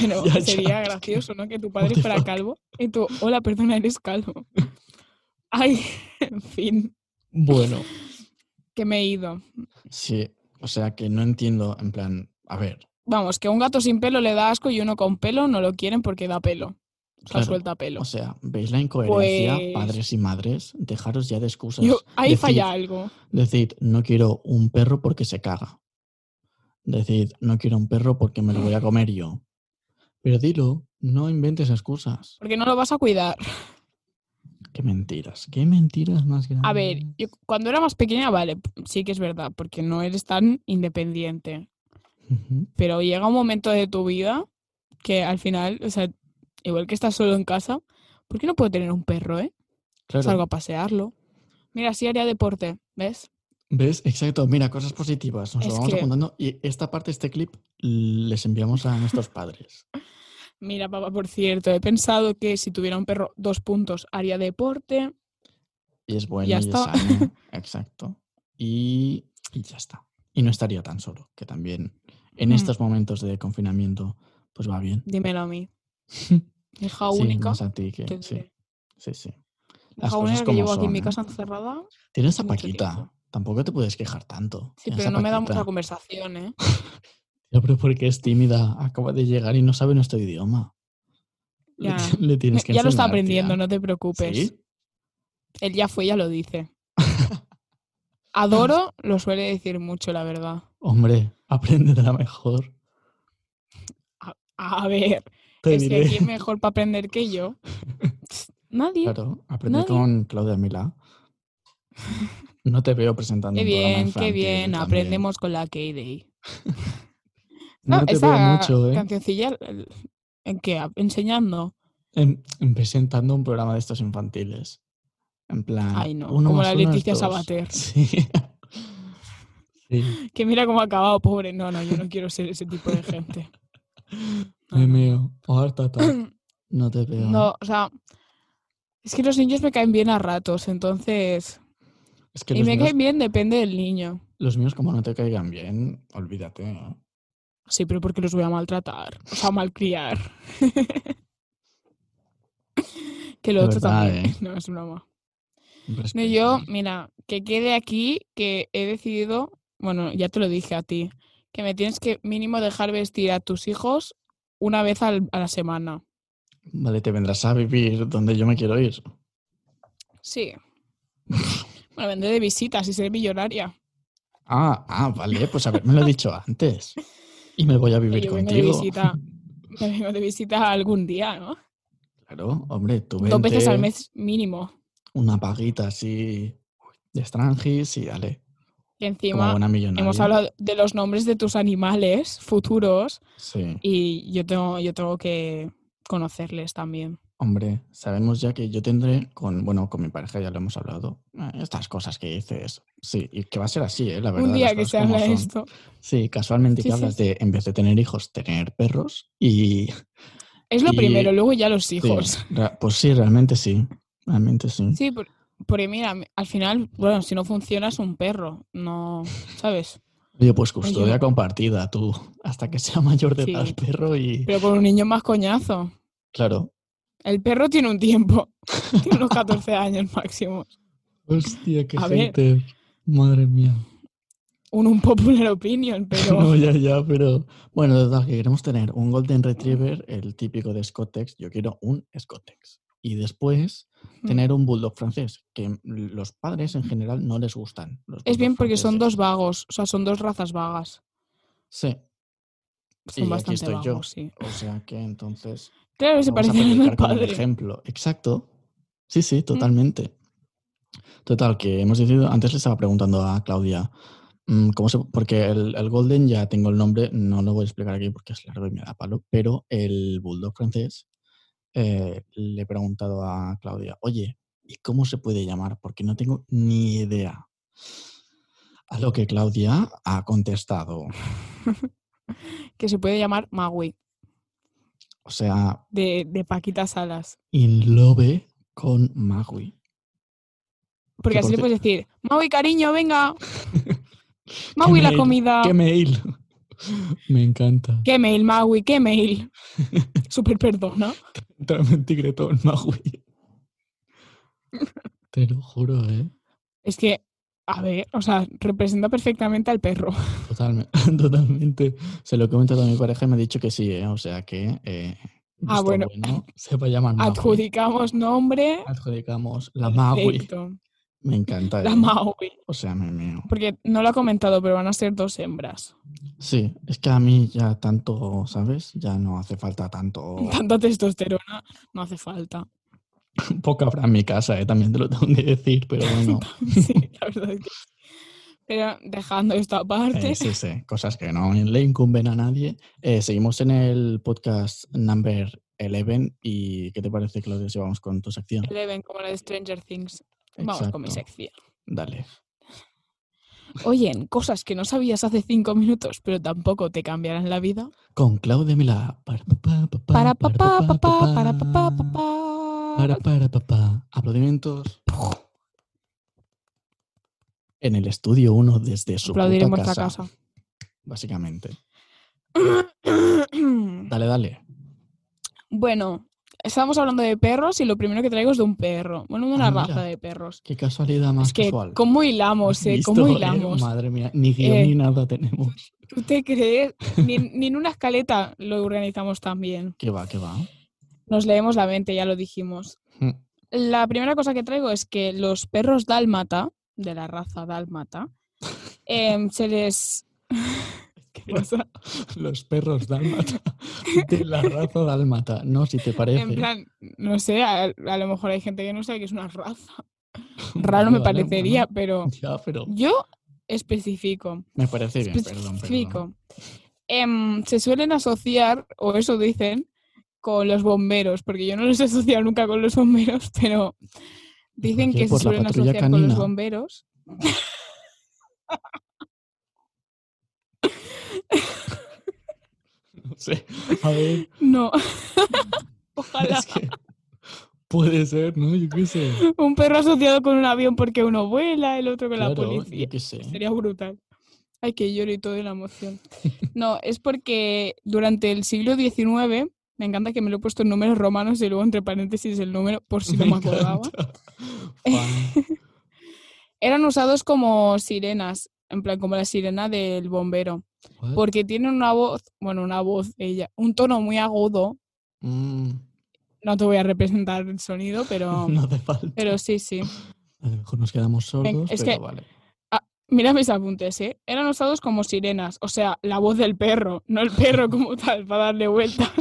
[SPEAKER 2] Pero
[SPEAKER 1] Mm. Ya, ya,
[SPEAKER 2] sería
[SPEAKER 1] es que-
[SPEAKER 2] gracioso, ¿no? Que tu
[SPEAKER 1] what
[SPEAKER 2] padre
[SPEAKER 1] the
[SPEAKER 2] fuera
[SPEAKER 1] fuck.
[SPEAKER 2] calvo y tú, hola, perdona, eres calvo. Ay, en fin,
[SPEAKER 1] Bueno,
[SPEAKER 2] que me he ido.
[SPEAKER 1] sí. O sea que no entiendo, en plan, a ver.
[SPEAKER 2] Vamos, que a un gato sin pelo le da asco y uno con pelo no lo quieren porque da pelo. O sea,
[SPEAKER 1] Claro,
[SPEAKER 2] suelta pelo.
[SPEAKER 1] O sea, ¿veis la incoherencia,
[SPEAKER 2] Pues-
[SPEAKER 1] padres y madres? Dejaros ya de excusas.
[SPEAKER 2] Yo- ahí
[SPEAKER 1] Decid-
[SPEAKER 2] falla algo.
[SPEAKER 1] Decid, no quiero un perro porque se caga. Decid, no quiero un perro porque me lo voy a comer yo. Pero dilo, no inventes excusas.
[SPEAKER 2] Porque no lo vas a cuidar.
[SPEAKER 1] Qué mentiras, qué mentiras más grandes.
[SPEAKER 2] A ver, yo cu- cuando era más pequeña, vale, p- sí que es verdad, porque no eres tan independiente.
[SPEAKER 1] Ujú,
[SPEAKER 2] Pero llega un momento de tu vida que al final, o sea, igual que estás solo en casa, ¿por qué no puedo tener un perro, eh?
[SPEAKER 1] Claro.
[SPEAKER 2] Salgo a pasearlo. Mira, sí haría deporte, ¿ves?
[SPEAKER 1] ¿Ves? Exacto. Mira, cosas positivas. Nos lo
[SPEAKER 2] Es
[SPEAKER 1] vamos
[SPEAKER 2] que-
[SPEAKER 1] apuntando. Y esta parte, este clip, les enviamos a nuestros padres.
[SPEAKER 2] Mira, papá, por cierto, he pensado que si tuviera un perro, dos puntos, haría deporte.
[SPEAKER 1] Y es bueno
[SPEAKER 2] Ya
[SPEAKER 1] y es
[SPEAKER 2] está.
[SPEAKER 1] sano. Exacto. Y, y ya está. Y no estaría tan solo, que también en
[SPEAKER 2] Mm.
[SPEAKER 1] estos momentos de confinamiento pues va bien.
[SPEAKER 2] Dímelo a mí. Hija única.
[SPEAKER 1] Sí, más a ti que-
[SPEAKER 2] te
[SPEAKER 1] sí,
[SPEAKER 2] diré.
[SPEAKER 1] sí, sí. Las
[SPEAKER 2] Hija
[SPEAKER 1] cosas
[SPEAKER 2] única que
[SPEAKER 1] como
[SPEAKER 2] llevo aquí en
[SPEAKER 1] son,
[SPEAKER 2] mi
[SPEAKER 1] ¿eh?
[SPEAKER 2] casa encerrada.
[SPEAKER 1] Tienes a
[SPEAKER 2] Mucho
[SPEAKER 1] Paquita.
[SPEAKER 2] tiempo.
[SPEAKER 1] Tampoco te puedes quejar tanto.
[SPEAKER 2] Sí,
[SPEAKER 1] Tienes
[SPEAKER 2] pero
[SPEAKER 1] a
[SPEAKER 2] no me da
[SPEAKER 1] Paquita.
[SPEAKER 2] mucha conversación, ¿eh?
[SPEAKER 1] Ya, pero porque es tímida, acaba de llegar y no sabe nuestro idioma. Le-
[SPEAKER 2] Ya.
[SPEAKER 1] Le, tienes que
[SPEAKER 2] ya lo está
[SPEAKER 1] enseñar,
[SPEAKER 2] aprendiendo,
[SPEAKER 1] tía.
[SPEAKER 2] no te preocupes.
[SPEAKER 1] ¿Sí?
[SPEAKER 2] Él ya fue, ya lo dice. Adoro lo suele decir mucho, la verdad.
[SPEAKER 1] Hombre, aprende de la mejor.
[SPEAKER 2] A ver,
[SPEAKER 1] Te
[SPEAKER 2] es
[SPEAKER 1] diré.
[SPEAKER 2] que quién mejor para aprender que yo. Nadie.
[SPEAKER 1] Claro, aprendí
[SPEAKER 2] Nadie.
[SPEAKER 1] con Claudia Milá. No te veo presentando
[SPEAKER 2] qué
[SPEAKER 1] un programa
[SPEAKER 2] bien, qué
[SPEAKER 1] infantil
[SPEAKER 2] bien.
[SPEAKER 1] también.
[SPEAKER 2] Aprendemos con la K-Day.
[SPEAKER 1] No
[SPEAKER 2] Ah,
[SPEAKER 1] te
[SPEAKER 2] esa
[SPEAKER 1] veo mucho, ¿eh?
[SPEAKER 2] cancioncilla, el- ¿en qué? ¿A- ¿Enseñando?
[SPEAKER 1] En, en em, presentando un programa de estos infantiles. En plan.
[SPEAKER 2] Ay, no,
[SPEAKER 1] uno
[SPEAKER 2] como
[SPEAKER 1] más
[SPEAKER 2] la
[SPEAKER 1] uno es
[SPEAKER 2] Leticia
[SPEAKER 1] dos.
[SPEAKER 2] Sabater.
[SPEAKER 1] Sí. sí.
[SPEAKER 2] Que mira cómo ha acabado, pobre. No, no, yo no quiero ser ese tipo de gente. No,
[SPEAKER 1] Me
[SPEAKER 2] no,
[SPEAKER 1] meo. Harta, ta. No te veo.
[SPEAKER 2] No, o sea, es que los niños me caen bien a ratos, entonces...
[SPEAKER 1] Es que
[SPEAKER 2] Y
[SPEAKER 1] los
[SPEAKER 2] me
[SPEAKER 1] míos,
[SPEAKER 2] caen bien depende del niño.
[SPEAKER 1] los míos, como no te caigan bien, olvídate. ¿eh?
[SPEAKER 2] Sí, pero porque los voy a maltratar, o sea, malcriar. que lo
[SPEAKER 1] De
[SPEAKER 2] otro
[SPEAKER 1] verdad,
[SPEAKER 2] también.
[SPEAKER 1] ¿eh?
[SPEAKER 2] No, es broma. No,
[SPEAKER 1] Respeto.
[SPEAKER 2] yo, mira, que quede aquí que he decidido, bueno, ya te lo dije a ti, que me tienes que mínimo dejar vestir a tus hijos una vez al- a la semana.
[SPEAKER 1] Vale, te vendrás a vivir donde yo me quiero ir.
[SPEAKER 2] Sí. bueno, vendré de visitas y seré millonaria.
[SPEAKER 1] Ah, ah, vale, pues haberme lo dicho antes. Y me voy a
[SPEAKER 2] Que
[SPEAKER 1] vivir
[SPEAKER 2] yo vengo de
[SPEAKER 1] contigo.
[SPEAKER 2] visita. me vengo de visita algún día, ¿no?
[SPEAKER 1] Claro, hombre, tú Pues vente,
[SPEAKER 2] Dos veces al mes mínimo.
[SPEAKER 1] una paguita así de estrangis y dale,
[SPEAKER 2] Y
[SPEAKER 1] como
[SPEAKER 2] encima
[SPEAKER 1] buena millonaria.
[SPEAKER 2] hemos hablado de los nombres de tus animales futuros
[SPEAKER 1] Sí,
[SPEAKER 2] y yo tengo, yo tengo que conocerles también.
[SPEAKER 1] hombre, sabemos ya que yo tendré con, bueno, con mi pareja ya lo hemos hablado, eh, estas cosas que dices. Sí, y que va a ser así, ¿eh? La verdad.
[SPEAKER 2] Un día
[SPEAKER 1] las
[SPEAKER 2] que
[SPEAKER 1] cosas
[SPEAKER 2] se
[SPEAKER 1] como
[SPEAKER 2] habla
[SPEAKER 1] son.
[SPEAKER 2] esto.
[SPEAKER 1] Sí, casualmente
[SPEAKER 2] Sí,
[SPEAKER 1] que
[SPEAKER 2] sí.
[SPEAKER 1] hablas de, en vez de tener hijos, tener perros y...
[SPEAKER 2] Es lo
[SPEAKER 1] Y,
[SPEAKER 2] primero, luego ya los
[SPEAKER 1] sí,
[SPEAKER 2] hijos.
[SPEAKER 1] ra- pues sí, realmente sí, realmente sí.
[SPEAKER 2] Sí, por- porque mira, me- al final, bueno, si no funciona es un perro, no, ¿sabes?
[SPEAKER 1] Oye, pues
[SPEAKER 2] Pues yo
[SPEAKER 1] custodia
[SPEAKER 2] no-
[SPEAKER 1] compartida, tú, hasta que sea mayor de edad
[SPEAKER 2] Sí.
[SPEAKER 1] el perro y...
[SPEAKER 2] Pero con un niño más coñazo.
[SPEAKER 1] Claro.
[SPEAKER 2] El perro tiene un tiempo, tiene unos 14 años máximo.
[SPEAKER 1] Hostia, qué
[SPEAKER 2] A ver.
[SPEAKER 1] gente. Madre mía.
[SPEAKER 2] Un, un popular opinion, pero...
[SPEAKER 1] No, ya, ya, pero. Bueno, total, que queremos tener un Golden Retriever, el típico de Scottex. Yo quiero un Scottex. Y después
[SPEAKER 2] Mm.
[SPEAKER 1] tener un Bulldog francés, que m- los padres en general no les gustan. los
[SPEAKER 2] Es
[SPEAKER 1] bulldog
[SPEAKER 2] bien porque son dos
[SPEAKER 1] franceses.
[SPEAKER 2] vagos, o sea, son dos razas vagas.
[SPEAKER 1] Sí, Y
[SPEAKER 2] Son
[SPEAKER 1] aquí
[SPEAKER 2] bastante
[SPEAKER 1] estoy
[SPEAKER 2] vagos,
[SPEAKER 1] yo.
[SPEAKER 2] sí.
[SPEAKER 1] o sea que entonces.
[SPEAKER 2] Claro, se
[SPEAKER 1] vamos a
[SPEAKER 2] parecen al
[SPEAKER 1] predicar con el
[SPEAKER 2] padre. Mm.
[SPEAKER 1] ejemplo. Exacto. Sí, sí, totalmente. Total, que hemos decidido. Antes le estaba preguntando a Claudia. mm, ¿Cómo se, porque el, el Golden ya tengo el nombre, no lo voy a explicar aquí porque es largo y me da palo, pero el Bulldog francés eh, le he preguntado a Claudia, oye, ¿y cómo se puede llamar? Porque no tengo ni idea. A lo que Claudia ha contestado.
[SPEAKER 2] Que se puede llamar Magui,
[SPEAKER 1] O sea,
[SPEAKER 2] de, de Paquita Salas.
[SPEAKER 1] in love con Magui.
[SPEAKER 2] Porque
[SPEAKER 1] Que
[SPEAKER 2] así
[SPEAKER 1] por
[SPEAKER 2] le
[SPEAKER 1] ci-
[SPEAKER 2] puedes decir, Magui, cariño, venga. Magui,
[SPEAKER 1] Qué
[SPEAKER 2] la
[SPEAKER 1] mail,
[SPEAKER 2] comida.
[SPEAKER 1] ¡Qué mail! Me encanta.
[SPEAKER 2] Ah. ¿Qué mail, Magui? ¿Qué mail? Súper perdona.
[SPEAKER 1] Totalmente tigretón, Magui. Te lo juro, ¿eh?
[SPEAKER 2] Es que, a ver, o sea, representa perfectamente al perro.
[SPEAKER 1] Totalmente. totalmente. Se lo he comentado a mi pareja y me ha dicho que sí, ¿eh? O sea que. Eh,
[SPEAKER 2] Ah,
[SPEAKER 1] visto
[SPEAKER 2] bueno.
[SPEAKER 1] se va a llamar Magui.
[SPEAKER 2] Adjudicamos nombre.
[SPEAKER 1] Adjudicamos la Magui.
[SPEAKER 2] Perfecto.
[SPEAKER 1] Me encanta.
[SPEAKER 2] La
[SPEAKER 1] ¿eh?
[SPEAKER 2] Magui.
[SPEAKER 1] O sea, me meo.
[SPEAKER 2] Porque no lo ha comentado, pero van a ser dos hembras.
[SPEAKER 1] Sí, es que a mí ya tanto, ¿sabes? Ya no hace falta tanto.
[SPEAKER 2] Tanta testosterona no hace falta.
[SPEAKER 1] Poco habrá en mi casa, ¿eh? También te lo tengo que decir, pero bueno.
[SPEAKER 2] Sí, la verdad es que sí. Pero dejando esto aparte,
[SPEAKER 1] Eh, sí, sí, cosas que no le incumben a nadie. Eh, seguimos en el podcast number 11 y ¿qué te parece, Claudia, si vamos con tu sección?
[SPEAKER 2] Eleven, como la de Stranger Things. Vamos con mi
[SPEAKER 1] Exacto.
[SPEAKER 2] sección.
[SPEAKER 1] Dale.
[SPEAKER 2] Oye, cosas que no sabías hace cinco minutos, pero tampoco te cambiarán la vida.
[SPEAKER 1] Con Claudia Milá. Para papá, papá,
[SPEAKER 2] Para papá,
[SPEAKER 1] para
[SPEAKER 2] papá, para
[SPEAKER 1] papá,
[SPEAKER 2] papá, papá.
[SPEAKER 1] Para para papá. Aplaudimientos. En el estudio 1 desde su puta
[SPEAKER 2] Aplaudir en vuestra
[SPEAKER 1] casa,
[SPEAKER 2] casa.
[SPEAKER 1] Básicamente. Dale Dale, dale.
[SPEAKER 2] Bueno, estábamos hablando de perros y lo primero que traigo es de un perro. Bueno, de una
[SPEAKER 1] Ah, mira.
[SPEAKER 2] raza de perros.
[SPEAKER 1] Qué casualidad más
[SPEAKER 2] es que,
[SPEAKER 1] casual.
[SPEAKER 2] ¿cómo hilamos, eh?
[SPEAKER 1] Listo,
[SPEAKER 2] ¿Cómo
[SPEAKER 1] eh,
[SPEAKER 2] hilamos?
[SPEAKER 1] madre mía, ni guión
[SPEAKER 2] Eh,
[SPEAKER 1] ni nada tenemos.
[SPEAKER 2] ¿Tú te crees? Ni, ni en una escaleta lo organizamos tan bien.
[SPEAKER 1] ¿Qué va, qué va?
[SPEAKER 2] Nos leemos la mente, ya lo dijimos.
[SPEAKER 1] Mm,
[SPEAKER 2] La primera cosa que traigo es que los perros dálmata, de la raza dálmata, em, se les... ¿Qué pasa?
[SPEAKER 1] Los perros dálmata. De la raza dálmata. No, si te parece.
[SPEAKER 2] En plan, no sé, a, a lo mejor hay gente que no sabe que es una raza.
[SPEAKER 1] Vale,
[SPEAKER 2] Raro me
[SPEAKER 1] vale,
[SPEAKER 2] parecería,
[SPEAKER 1] bueno.
[SPEAKER 2] pero
[SPEAKER 1] Ya, pero
[SPEAKER 2] yo especifico.
[SPEAKER 1] me parece bien, perdón,
[SPEAKER 2] especifico.
[SPEAKER 1] perdón.
[SPEAKER 2] Em, se suelen asociar, o eso dicen, con los bomberos, porque yo no los he asociado nunca con los bomberos, pero dicen
[SPEAKER 1] qué?
[SPEAKER 2] que se
[SPEAKER 1] ¿Por la
[SPEAKER 2] suelen
[SPEAKER 1] patrulla
[SPEAKER 2] asociar con los
[SPEAKER 1] canina?
[SPEAKER 2] bomberos.
[SPEAKER 1] No sé. A ver,
[SPEAKER 2] No. Ojalá.
[SPEAKER 1] es que puede ser, ¿no? Yo qué sé.
[SPEAKER 2] Un perro asociado con un avión porque uno vuela, el otro con la
[SPEAKER 1] Claro,
[SPEAKER 2] policía.
[SPEAKER 1] yo qué sé.
[SPEAKER 2] Sería brutal. Ay, que lloro y todo de la emoción. No, es porque durante el siglo XIX, me encanta que me lo he puesto en números romanos y luego entre paréntesis el número por si no me acordaba,
[SPEAKER 1] encanta. Fan.
[SPEAKER 2] eran usados como sirenas, en plan como la sirena del bombero,
[SPEAKER 1] What?
[SPEAKER 2] porque tienen una voz, bueno, una voz ella, un tono muy agudo,
[SPEAKER 1] Mm,
[SPEAKER 2] no te voy a representar el sonido, pero,
[SPEAKER 1] no hace falta.
[SPEAKER 2] pero sí, sí.
[SPEAKER 1] A lo mejor nos quedamos sordos,
[SPEAKER 2] Eh, es
[SPEAKER 1] pero
[SPEAKER 2] que-
[SPEAKER 1] vale.
[SPEAKER 2] Mira mis apuntes, ¿eh? Eran usados como sirenas, o sea, la voz del perro, no el perro como tal, para darle vuelta.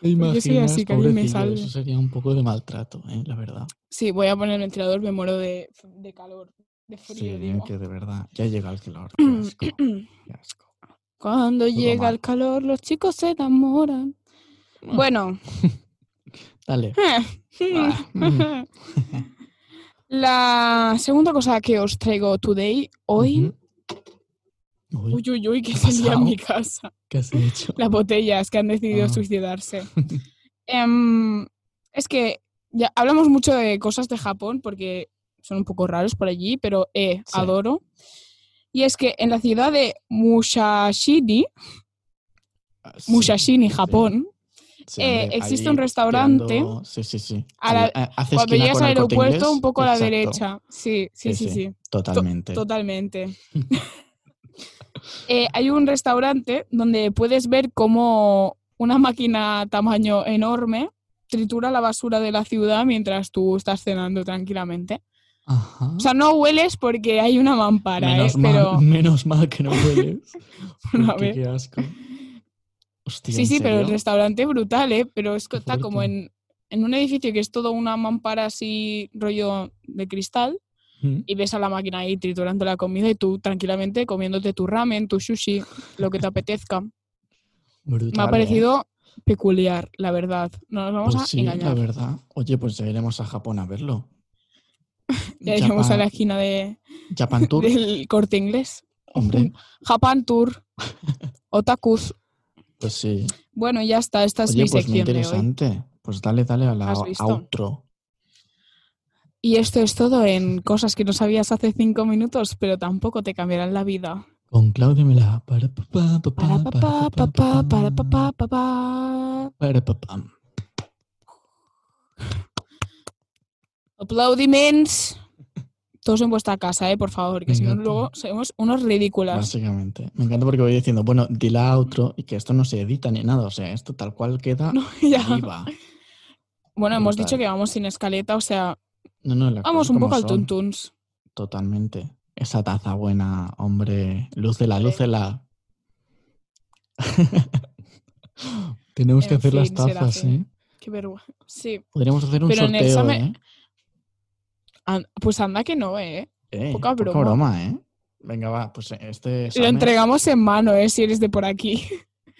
[SPEAKER 1] ¿Te
[SPEAKER 2] yo soy así,
[SPEAKER 1] imaginas,
[SPEAKER 2] que alguien me
[SPEAKER 1] pobrecillo?
[SPEAKER 2] salve.
[SPEAKER 1] Eso sería un poco de maltrato, ¿eh? la verdad.
[SPEAKER 2] Sí, voy a poner el ventilador, me muero de, de calor, de
[SPEAKER 1] Sí,
[SPEAKER 2] frío.
[SPEAKER 1] eh,
[SPEAKER 2] digo.
[SPEAKER 1] que de verdad. Ya llega el calor. Qué asco. qué asco.
[SPEAKER 2] Cuando llega
[SPEAKER 1] mal. Ah.
[SPEAKER 2] el calor, los chicos se enamoran. Bueno,
[SPEAKER 1] Dale. Ah. Mm.
[SPEAKER 2] la segunda cosa que os traigo today, hoy,
[SPEAKER 1] Ujú. Uy,
[SPEAKER 2] uy, uy, uy, que
[SPEAKER 1] ha
[SPEAKER 2] salía en mi
[SPEAKER 1] pasado?
[SPEAKER 2] casa.
[SPEAKER 1] ¿Qué has hecho?
[SPEAKER 2] Las botellas que han decidido
[SPEAKER 1] Ah.
[SPEAKER 2] suicidarse. Em, es que ya hablamos mucho de cosas de Japón porque son un poco raros por allí, pero eh,
[SPEAKER 1] Sí.
[SPEAKER 2] adoro. Y es que en la ciudad de Musashini,
[SPEAKER 1] Ah, sí,
[SPEAKER 2] Musashini,
[SPEAKER 1] sí,
[SPEAKER 2] Japón,
[SPEAKER 1] sí,
[SPEAKER 2] eh,
[SPEAKER 1] hombre,
[SPEAKER 2] existe
[SPEAKER 1] ahí
[SPEAKER 2] un restaurante.
[SPEAKER 1] tirando- Sí, sí, sí.
[SPEAKER 2] a la-
[SPEAKER 1] Ahí, ah, hace
[SPEAKER 2] Cuando
[SPEAKER 1] esquina
[SPEAKER 2] llegas
[SPEAKER 1] con
[SPEAKER 2] al
[SPEAKER 1] el Corte
[SPEAKER 2] aeropuerto,
[SPEAKER 1] Inglés,
[SPEAKER 2] un poco a
[SPEAKER 1] exacto,
[SPEAKER 2] la derecha. Sí, sí, sí, sí,
[SPEAKER 1] Totalmente.
[SPEAKER 2] totalmente. Eh, hay un restaurante donde puedes ver cómo una máquina tamaño enorme tritura la basura de la ciudad mientras tú estás cenando tranquilamente.
[SPEAKER 1] Ajá.
[SPEAKER 2] O sea, no hueles porque hay una mampara,
[SPEAKER 1] menos,
[SPEAKER 2] ¿eh?
[SPEAKER 1] mal,
[SPEAKER 2] pero
[SPEAKER 1] menos mal que no hueles.
[SPEAKER 2] Bueno, a
[SPEAKER 1] porque
[SPEAKER 2] ver.
[SPEAKER 1] Qué asco. Hostia,
[SPEAKER 2] sí,
[SPEAKER 1] ¿en
[SPEAKER 2] sí, pero el
[SPEAKER 1] serio?
[SPEAKER 2] restaurante brutal, ¿eh? Pero es que
[SPEAKER 1] Qué
[SPEAKER 2] está como
[SPEAKER 1] fuerte.
[SPEAKER 2] en, en un edificio que es todo una mampara así rollo de cristal
[SPEAKER 1] Mm.
[SPEAKER 2] y ves a la máquina ahí triturando la comida y tú tranquilamente comiéndote tu ramen, tu sushi, lo que te apetezca. Me
[SPEAKER 1] Brutal,
[SPEAKER 2] ha
[SPEAKER 1] ¿eh?
[SPEAKER 2] parecido peculiar, la verdad. No nos vamos
[SPEAKER 1] Pues
[SPEAKER 2] a
[SPEAKER 1] sí, la
[SPEAKER 2] engañar.
[SPEAKER 1] verdad. Oye, pues ya iremos a Japón a verlo.
[SPEAKER 2] Ya llegamos a la
[SPEAKER 1] Japan-
[SPEAKER 2] esquina de,
[SPEAKER 1] Japan Tour,
[SPEAKER 2] del corte inglés.
[SPEAKER 1] hombre.
[SPEAKER 2] Japan Tour. Otakus.
[SPEAKER 1] Pues sí.
[SPEAKER 2] Bueno, ya está. Esta es
[SPEAKER 1] Oye,
[SPEAKER 2] mi
[SPEAKER 1] pues muy
[SPEAKER 2] sección de hoy.
[SPEAKER 1] interesante. Pues dale, dale a la
[SPEAKER 2] ¿Has visto?
[SPEAKER 1] outro.
[SPEAKER 2] Y esto es todo en cosas que no sabías hace cinco minutos, pero tampoco te cambiarán la vida.
[SPEAKER 1] Con Claudia Mela. Para pa pa pa
[SPEAKER 2] Para
[SPEAKER 1] pa, para pa
[SPEAKER 2] pa pa pa pa,
[SPEAKER 1] pa,
[SPEAKER 2] para pa pa pa pa.
[SPEAKER 1] para pa pam.
[SPEAKER 2] Aplaudiments. Todos en vuestra casa, eh, por favor, que
[SPEAKER 1] Me
[SPEAKER 2] si no
[SPEAKER 1] encanta.
[SPEAKER 2] luego somos unos ridículas.
[SPEAKER 1] Básicamente. Me encanta porque voy diciendo, bueno, di la outro y que esto no se edita ni nada. O sea, esto tal cual queda.
[SPEAKER 2] No, ya.
[SPEAKER 1] ahí va.
[SPEAKER 2] Bueno, hemos
[SPEAKER 1] Brutal.
[SPEAKER 2] dicho que vamos sin escaleta, o sea,
[SPEAKER 1] No, no, las
[SPEAKER 2] vamos
[SPEAKER 1] cosas
[SPEAKER 2] un
[SPEAKER 1] como
[SPEAKER 2] poco al
[SPEAKER 1] son.
[SPEAKER 2] tuntuns.
[SPEAKER 1] Totalmente. Esa taza buena, hombre. Lúcela, lúcela. Tenemos que
[SPEAKER 2] En
[SPEAKER 1] hacer las
[SPEAKER 2] fin,
[SPEAKER 1] tazas,
[SPEAKER 2] Serafín.
[SPEAKER 1] ¿eh?
[SPEAKER 2] Qué vergüenza. Sí.
[SPEAKER 1] Podríamos hacer un
[SPEAKER 2] Pero en
[SPEAKER 1] sorteo,
[SPEAKER 2] examen-
[SPEAKER 1] ¿eh?
[SPEAKER 2] An- pues anda que no, eh.
[SPEAKER 1] Eh,
[SPEAKER 2] Poca broma.
[SPEAKER 1] ¿eh? Venga, va, pues eh, este
[SPEAKER 2] Lo
[SPEAKER 1] examen-
[SPEAKER 2] entregamos en mano, eh, si eres de por aquí.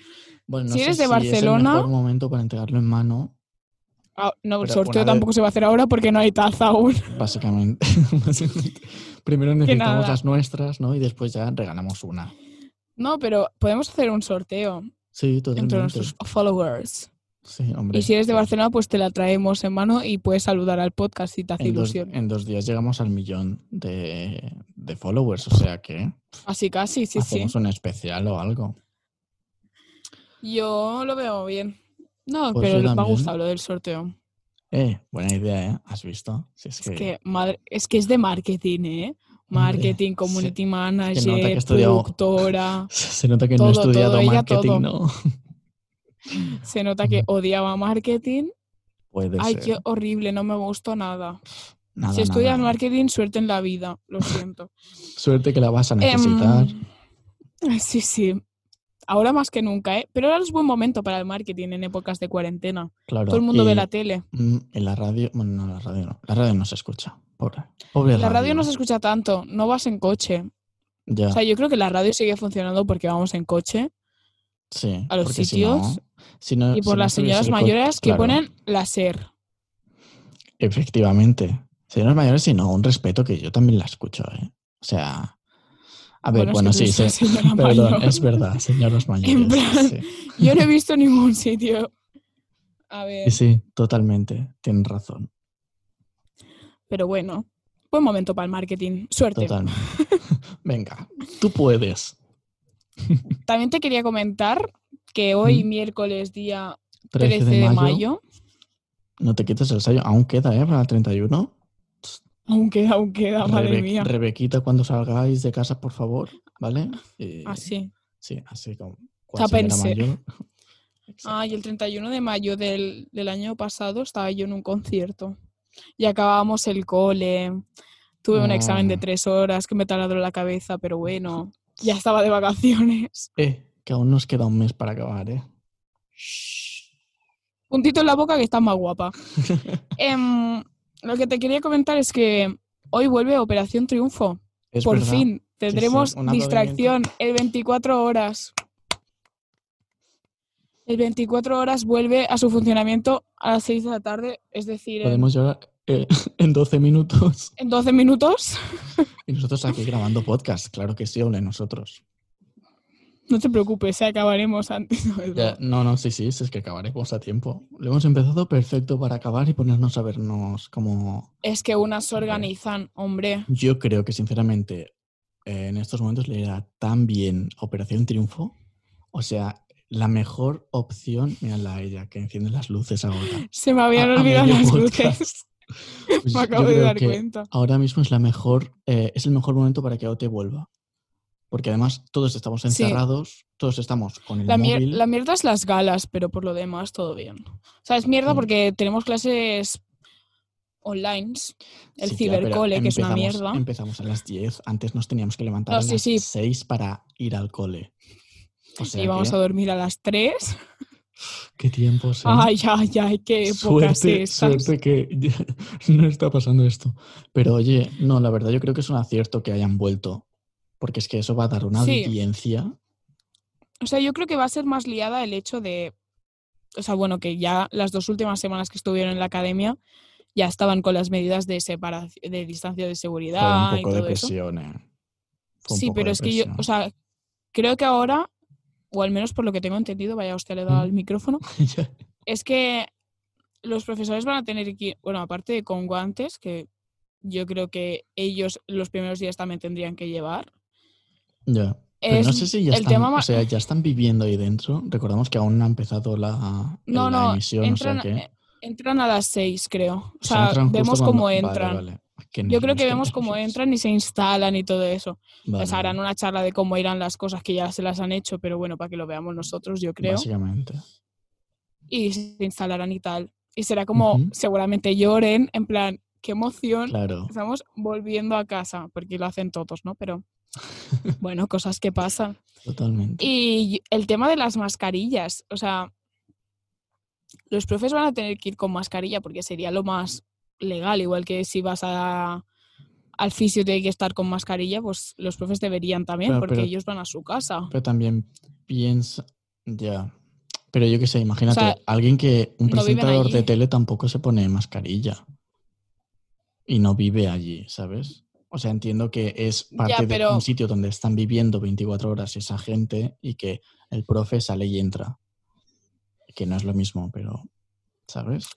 [SPEAKER 1] Bueno, no
[SPEAKER 2] si
[SPEAKER 1] sé
[SPEAKER 2] eres de
[SPEAKER 1] es
[SPEAKER 2] Barcelona-
[SPEAKER 1] el mejor momento para entregarlo en mano,
[SPEAKER 2] Ah, no, el
[SPEAKER 1] Pero
[SPEAKER 2] sorteo
[SPEAKER 1] una vez-
[SPEAKER 2] tampoco se va a hacer ahora porque no hay taza aún.
[SPEAKER 1] básicamente. Básicamente. Primero necesitamos
[SPEAKER 2] nada.
[SPEAKER 1] las nuestras, ¿no? Y después ya regalamos una.
[SPEAKER 2] No, pero podemos hacer un sorteo
[SPEAKER 1] Sí,
[SPEAKER 2] entre
[SPEAKER 1] totalmente.
[SPEAKER 2] nuestros followers.
[SPEAKER 1] Sí, hombre.
[SPEAKER 2] Y si eres de
[SPEAKER 1] pues,
[SPEAKER 2] Barcelona, pues te la traemos en mano y puedes saludar al podcast si te hace
[SPEAKER 1] en dos,
[SPEAKER 2] ilusión.
[SPEAKER 1] en dos días llegamos al millón de, de followers, o sea que
[SPEAKER 2] Así casi, sí, sí.
[SPEAKER 1] hacemos un especial o algo.
[SPEAKER 2] Yo lo veo bien. No,
[SPEAKER 1] Pues
[SPEAKER 2] pero
[SPEAKER 1] yo
[SPEAKER 2] les va a
[SPEAKER 1] también.
[SPEAKER 2] gustar lo del sorteo.
[SPEAKER 1] Eh, buena idea, ¿eh? ¿Has visto? Si es,
[SPEAKER 2] Es que, madre, es que es de marketing, ¿eh? Marketing, community manager,
[SPEAKER 1] nota que he estudiado-
[SPEAKER 2] productora.
[SPEAKER 1] Se nota que no he
[SPEAKER 2] Todo,
[SPEAKER 1] estudiado
[SPEAKER 2] todo, ella,
[SPEAKER 1] marketing,
[SPEAKER 2] todo.
[SPEAKER 1] ¿no?
[SPEAKER 2] Se nota que odiaba marketing.
[SPEAKER 1] Puede
[SPEAKER 2] Ay,
[SPEAKER 1] ser.
[SPEAKER 2] qué horrible, no me gustó nada.
[SPEAKER 1] Nada,
[SPEAKER 2] si estudias
[SPEAKER 1] nada.
[SPEAKER 2] marketing, suerte en la vida, lo siento.
[SPEAKER 1] Suerte que la vas a
[SPEAKER 2] Em,
[SPEAKER 1] necesitar.
[SPEAKER 2] sí, sí. Ahora más que nunca, ¿eh? Pero ahora es buen momento para el marketing en épocas de cuarentena.
[SPEAKER 1] claro.
[SPEAKER 2] Todo el mundo ve
[SPEAKER 1] y,
[SPEAKER 2] la tele.
[SPEAKER 1] mm, En la radio. Bueno, no, la radio no. La radio no se escucha. Pobre. Pobre
[SPEAKER 2] La radio no se escucha tanto, no vas en coche.
[SPEAKER 1] Ya,
[SPEAKER 2] O sea, yo creo que la radio sigue funcionando porque vamos en coche
[SPEAKER 1] sí.
[SPEAKER 2] a los
[SPEAKER 1] porque si
[SPEAKER 2] sitios
[SPEAKER 1] no- si no- si
[SPEAKER 2] y por
[SPEAKER 1] no
[SPEAKER 2] las
[SPEAKER 1] estuviese
[SPEAKER 2] señoras
[SPEAKER 1] el co-
[SPEAKER 2] mayores que
[SPEAKER 1] claro,
[SPEAKER 2] ponen la SER.
[SPEAKER 1] Efectivamente. Señoras mayores, sino un respeto que yo también la escucho, ¿eh? O sea. A ver, bueno,
[SPEAKER 2] es que tú
[SPEAKER 1] sí,
[SPEAKER 2] eres una
[SPEAKER 1] sí.
[SPEAKER 2] señora
[SPEAKER 1] Perdón,
[SPEAKER 2] mayor.
[SPEAKER 1] es verdad, señoras mayores. sí,
[SPEAKER 2] plan-
[SPEAKER 1] sí.
[SPEAKER 2] Yo no he visto en ningún sitio. A ver,
[SPEAKER 1] Sí, sí, totalmente. Tienes razón.
[SPEAKER 2] pero bueno, buen momento para el marketing. Suerte.
[SPEAKER 1] Totalmente. Venga, tú puedes.
[SPEAKER 2] También te quería comentar que hoy,
[SPEAKER 1] Mm.
[SPEAKER 2] miércoles, día
[SPEAKER 1] 13 de mayo.
[SPEAKER 2] mayo,
[SPEAKER 1] No te quites el sello. Aún queda, ¿eh? Para el 31.
[SPEAKER 2] aún queda, aún queda, Ah, madre
[SPEAKER 1] Rebe-
[SPEAKER 2] mía.
[SPEAKER 1] Rebequita, cuando salgáis de casa, por favor. ¿Vale? Eh,
[SPEAKER 2] Así.
[SPEAKER 1] Sí, así como.
[SPEAKER 2] Ah,
[SPEAKER 1] cual
[SPEAKER 2] sea,
[SPEAKER 1] señora
[SPEAKER 2] pensé.
[SPEAKER 1] mayor. Exacto.
[SPEAKER 2] Ah, y el 31 de mayo del, del año pasado estaba yo en un concierto. Y acabábamos el cole. Tuve un examen de
[SPEAKER 1] Ah.
[SPEAKER 2] tres horas que me taladró la cabeza, pero bueno, ya estaba de vacaciones.
[SPEAKER 1] Eh, que aún nos queda un mes para acabar, ¿eh?
[SPEAKER 2] Puntito en la boca que está más guapa. Em, lo que te quería comentar es que hoy vuelve Operación Triunfo.
[SPEAKER 1] Es
[SPEAKER 2] Por
[SPEAKER 1] verdad.
[SPEAKER 2] fin tendremos
[SPEAKER 1] un aplaudimiento.
[SPEAKER 2] distracción el 24 horas. El 24 horas vuelve a su funcionamiento a las 6 de la tarde, es decir, en-
[SPEAKER 1] Podemos llorar eh, en 12 minutos.
[SPEAKER 2] en 12 minutos.
[SPEAKER 1] Y nosotros aquí grabando podcast. Claro que sí, ole, nosotros.
[SPEAKER 2] No te preocupes, se acabaremos antes. ¿no?
[SPEAKER 1] Ya, no, no, sí, sí, sí, es que acabaremos a tiempo. Lo hemos empezado perfecto para acabar y ponernos a vernos como...
[SPEAKER 2] Es que unas se
[SPEAKER 1] Hombre.
[SPEAKER 2] organizan, hombre.
[SPEAKER 1] Yo creo que, sinceramente, eh, en estos momentos le irá tan bien a Operación Triunfo. O sea, la mejor opción, mírala a ella, que enciende las luces ahora.
[SPEAKER 2] Se me habían
[SPEAKER 1] Ah, A- a
[SPEAKER 2] olvidado
[SPEAKER 1] medio
[SPEAKER 2] las
[SPEAKER 1] podcast.
[SPEAKER 2] luces.
[SPEAKER 1] Pues
[SPEAKER 2] Me
[SPEAKER 1] yo
[SPEAKER 2] acabo de
[SPEAKER 1] creo
[SPEAKER 2] dar
[SPEAKER 1] que
[SPEAKER 2] cuenta.
[SPEAKER 1] Ahora mismo es la mejor, eh, es el mejor momento para que AOT vuelva. Porque además todos estamos
[SPEAKER 2] Sí.
[SPEAKER 1] encerrados, todos estamos con el
[SPEAKER 2] La, mier-
[SPEAKER 1] móvil.
[SPEAKER 2] la mierda es las galas, pero por lo demás todo bien. O sea, es mierda
[SPEAKER 1] Sí.
[SPEAKER 2] porque tenemos clases online, el
[SPEAKER 1] Sí, tía, pero
[SPEAKER 2] cibercole, que es una
[SPEAKER 1] empezamos-
[SPEAKER 2] mierda.
[SPEAKER 1] Empezamos a las 10, antes nos teníamos que levantar
[SPEAKER 2] No,
[SPEAKER 1] a
[SPEAKER 2] sí,
[SPEAKER 1] las
[SPEAKER 2] sí.
[SPEAKER 1] 6 para ir al cole. O sea,
[SPEAKER 2] y vamos
[SPEAKER 1] que-
[SPEAKER 2] a dormir a las 3.
[SPEAKER 1] qué tiempos. ¿eh?
[SPEAKER 2] Ay, ay, ay, qué épocas
[SPEAKER 1] suerte,
[SPEAKER 2] estas.
[SPEAKER 1] suerte que ya no está pasando esto. Pero oye, no, la verdad yo creo que es un acierto que hayan vuelto. Porque es que eso va a dar una
[SPEAKER 2] Sí.
[SPEAKER 1] audiencia.
[SPEAKER 2] O sea, yo creo que va a ser más liada el hecho de. O sea, bueno, que ya las dos últimas semanas que estuvieron en la academia ya estaban con las medidas de separación, de distancia de
[SPEAKER 1] Fue un
[SPEAKER 2] seguridad y
[SPEAKER 1] poco de
[SPEAKER 2] todo eso.
[SPEAKER 1] presión, eh. Fue un
[SPEAKER 2] Sí,
[SPEAKER 1] poco
[SPEAKER 2] pero
[SPEAKER 1] de
[SPEAKER 2] es que yo, o
[SPEAKER 1] presión.
[SPEAKER 2] sea, creo que ahora, o al menos por lo que tengo entendido, vaya usted le da
[SPEAKER 1] Mm.
[SPEAKER 2] el micrófono,
[SPEAKER 1] Ya.
[SPEAKER 2] es que los profesores van a tener que, bueno, aparte de con guantes, que yo creo que ellos los primeros días también tendrían que llevar.
[SPEAKER 1] Ya. Pero no
[SPEAKER 2] Es
[SPEAKER 1] sé si ya
[SPEAKER 2] el
[SPEAKER 1] están,
[SPEAKER 2] tema
[SPEAKER 1] o
[SPEAKER 2] ma-
[SPEAKER 1] sea, ya están viviendo ahí dentro. Recordamos que aún no ha empezado la,
[SPEAKER 2] No,
[SPEAKER 1] la
[SPEAKER 2] no,
[SPEAKER 1] emisión,
[SPEAKER 2] entran,
[SPEAKER 1] o sea que.
[SPEAKER 2] eh, entran a las seis, creo. O
[SPEAKER 1] o sea,
[SPEAKER 2] sea,
[SPEAKER 1] entran justo
[SPEAKER 2] vemos
[SPEAKER 1] cuando-
[SPEAKER 2] cómo
[SPEAKER 1] vale,
[SPEAKER 2] entran.
[SPEAKER 1] vale. Ay, qué
[SPEAKER 2] Yo creo
[SPEAKER 1] nervios,
[SPEAKER 2] que
[SPEAKER 1] qué
[SPEAKER 2] vemos cómo
[SPEAKER 1] nervios.
[SPEAKER 2] entran y se instalan y todo eso. Les
[SPEAKER 1] Vale,
[SPEAKER 2] harán una charla de cómo irán las cosas que ya se las han hecho, pero bueno, para que lo veamos nosotros, yo creo.
[SPEAKER 1] Básicamente.
[SPEAKER 2] y se instalarán y tal. Y será como,
[SPEAKER 1] Ujú.
[SPEAKER 2] seguramente lloren, en plan, qué emoción,
[SPEAKER 1] Claro.
[SPEAKER 2] estamos volviendo a casa, porque lo hacen todos, ¿no? Pero bueno, cosas que pasan.
[SPEAKER 1] Totalmente.
[SPEAKER 2] Y el tema de las mascarillas, o sea, los profes van a tener que ir con mascarilla porque sería lo más legal, igual que si vas a, al fisio tiene que estar con mascarilla, pues los profes deberían también,
[SPEAKER 1] Claro,
[SPEAKER 2] porque
[SPEAKER 1] pero-
[SPEAKER 2] ellos van a su casa.
[SPEAKER 1] Pero también piensa. Ya. Pero yo qué sé, imagínate,
[SPEAKER 2] sea,
[SPEAKER 1] alguien que. Un
[SPEAKER 2] no viven
[SPEAKER 1] presentador de
[SPEAKER 2] allí.
[SPEAKER 1] tele tampoco se pone mascarilla. Y no vive allí, ¿sabes? O sea, entiendo que es
[SPEAKER 2] Ya,
[SPEAKER 1] parte de
[SPEAKER 2] pero-
[SPEAKER 1] un sitio donde están viviendo 24 horas esa gente y que el profe sale y entra. Que no es lo mismo, pero. ¿Sabes?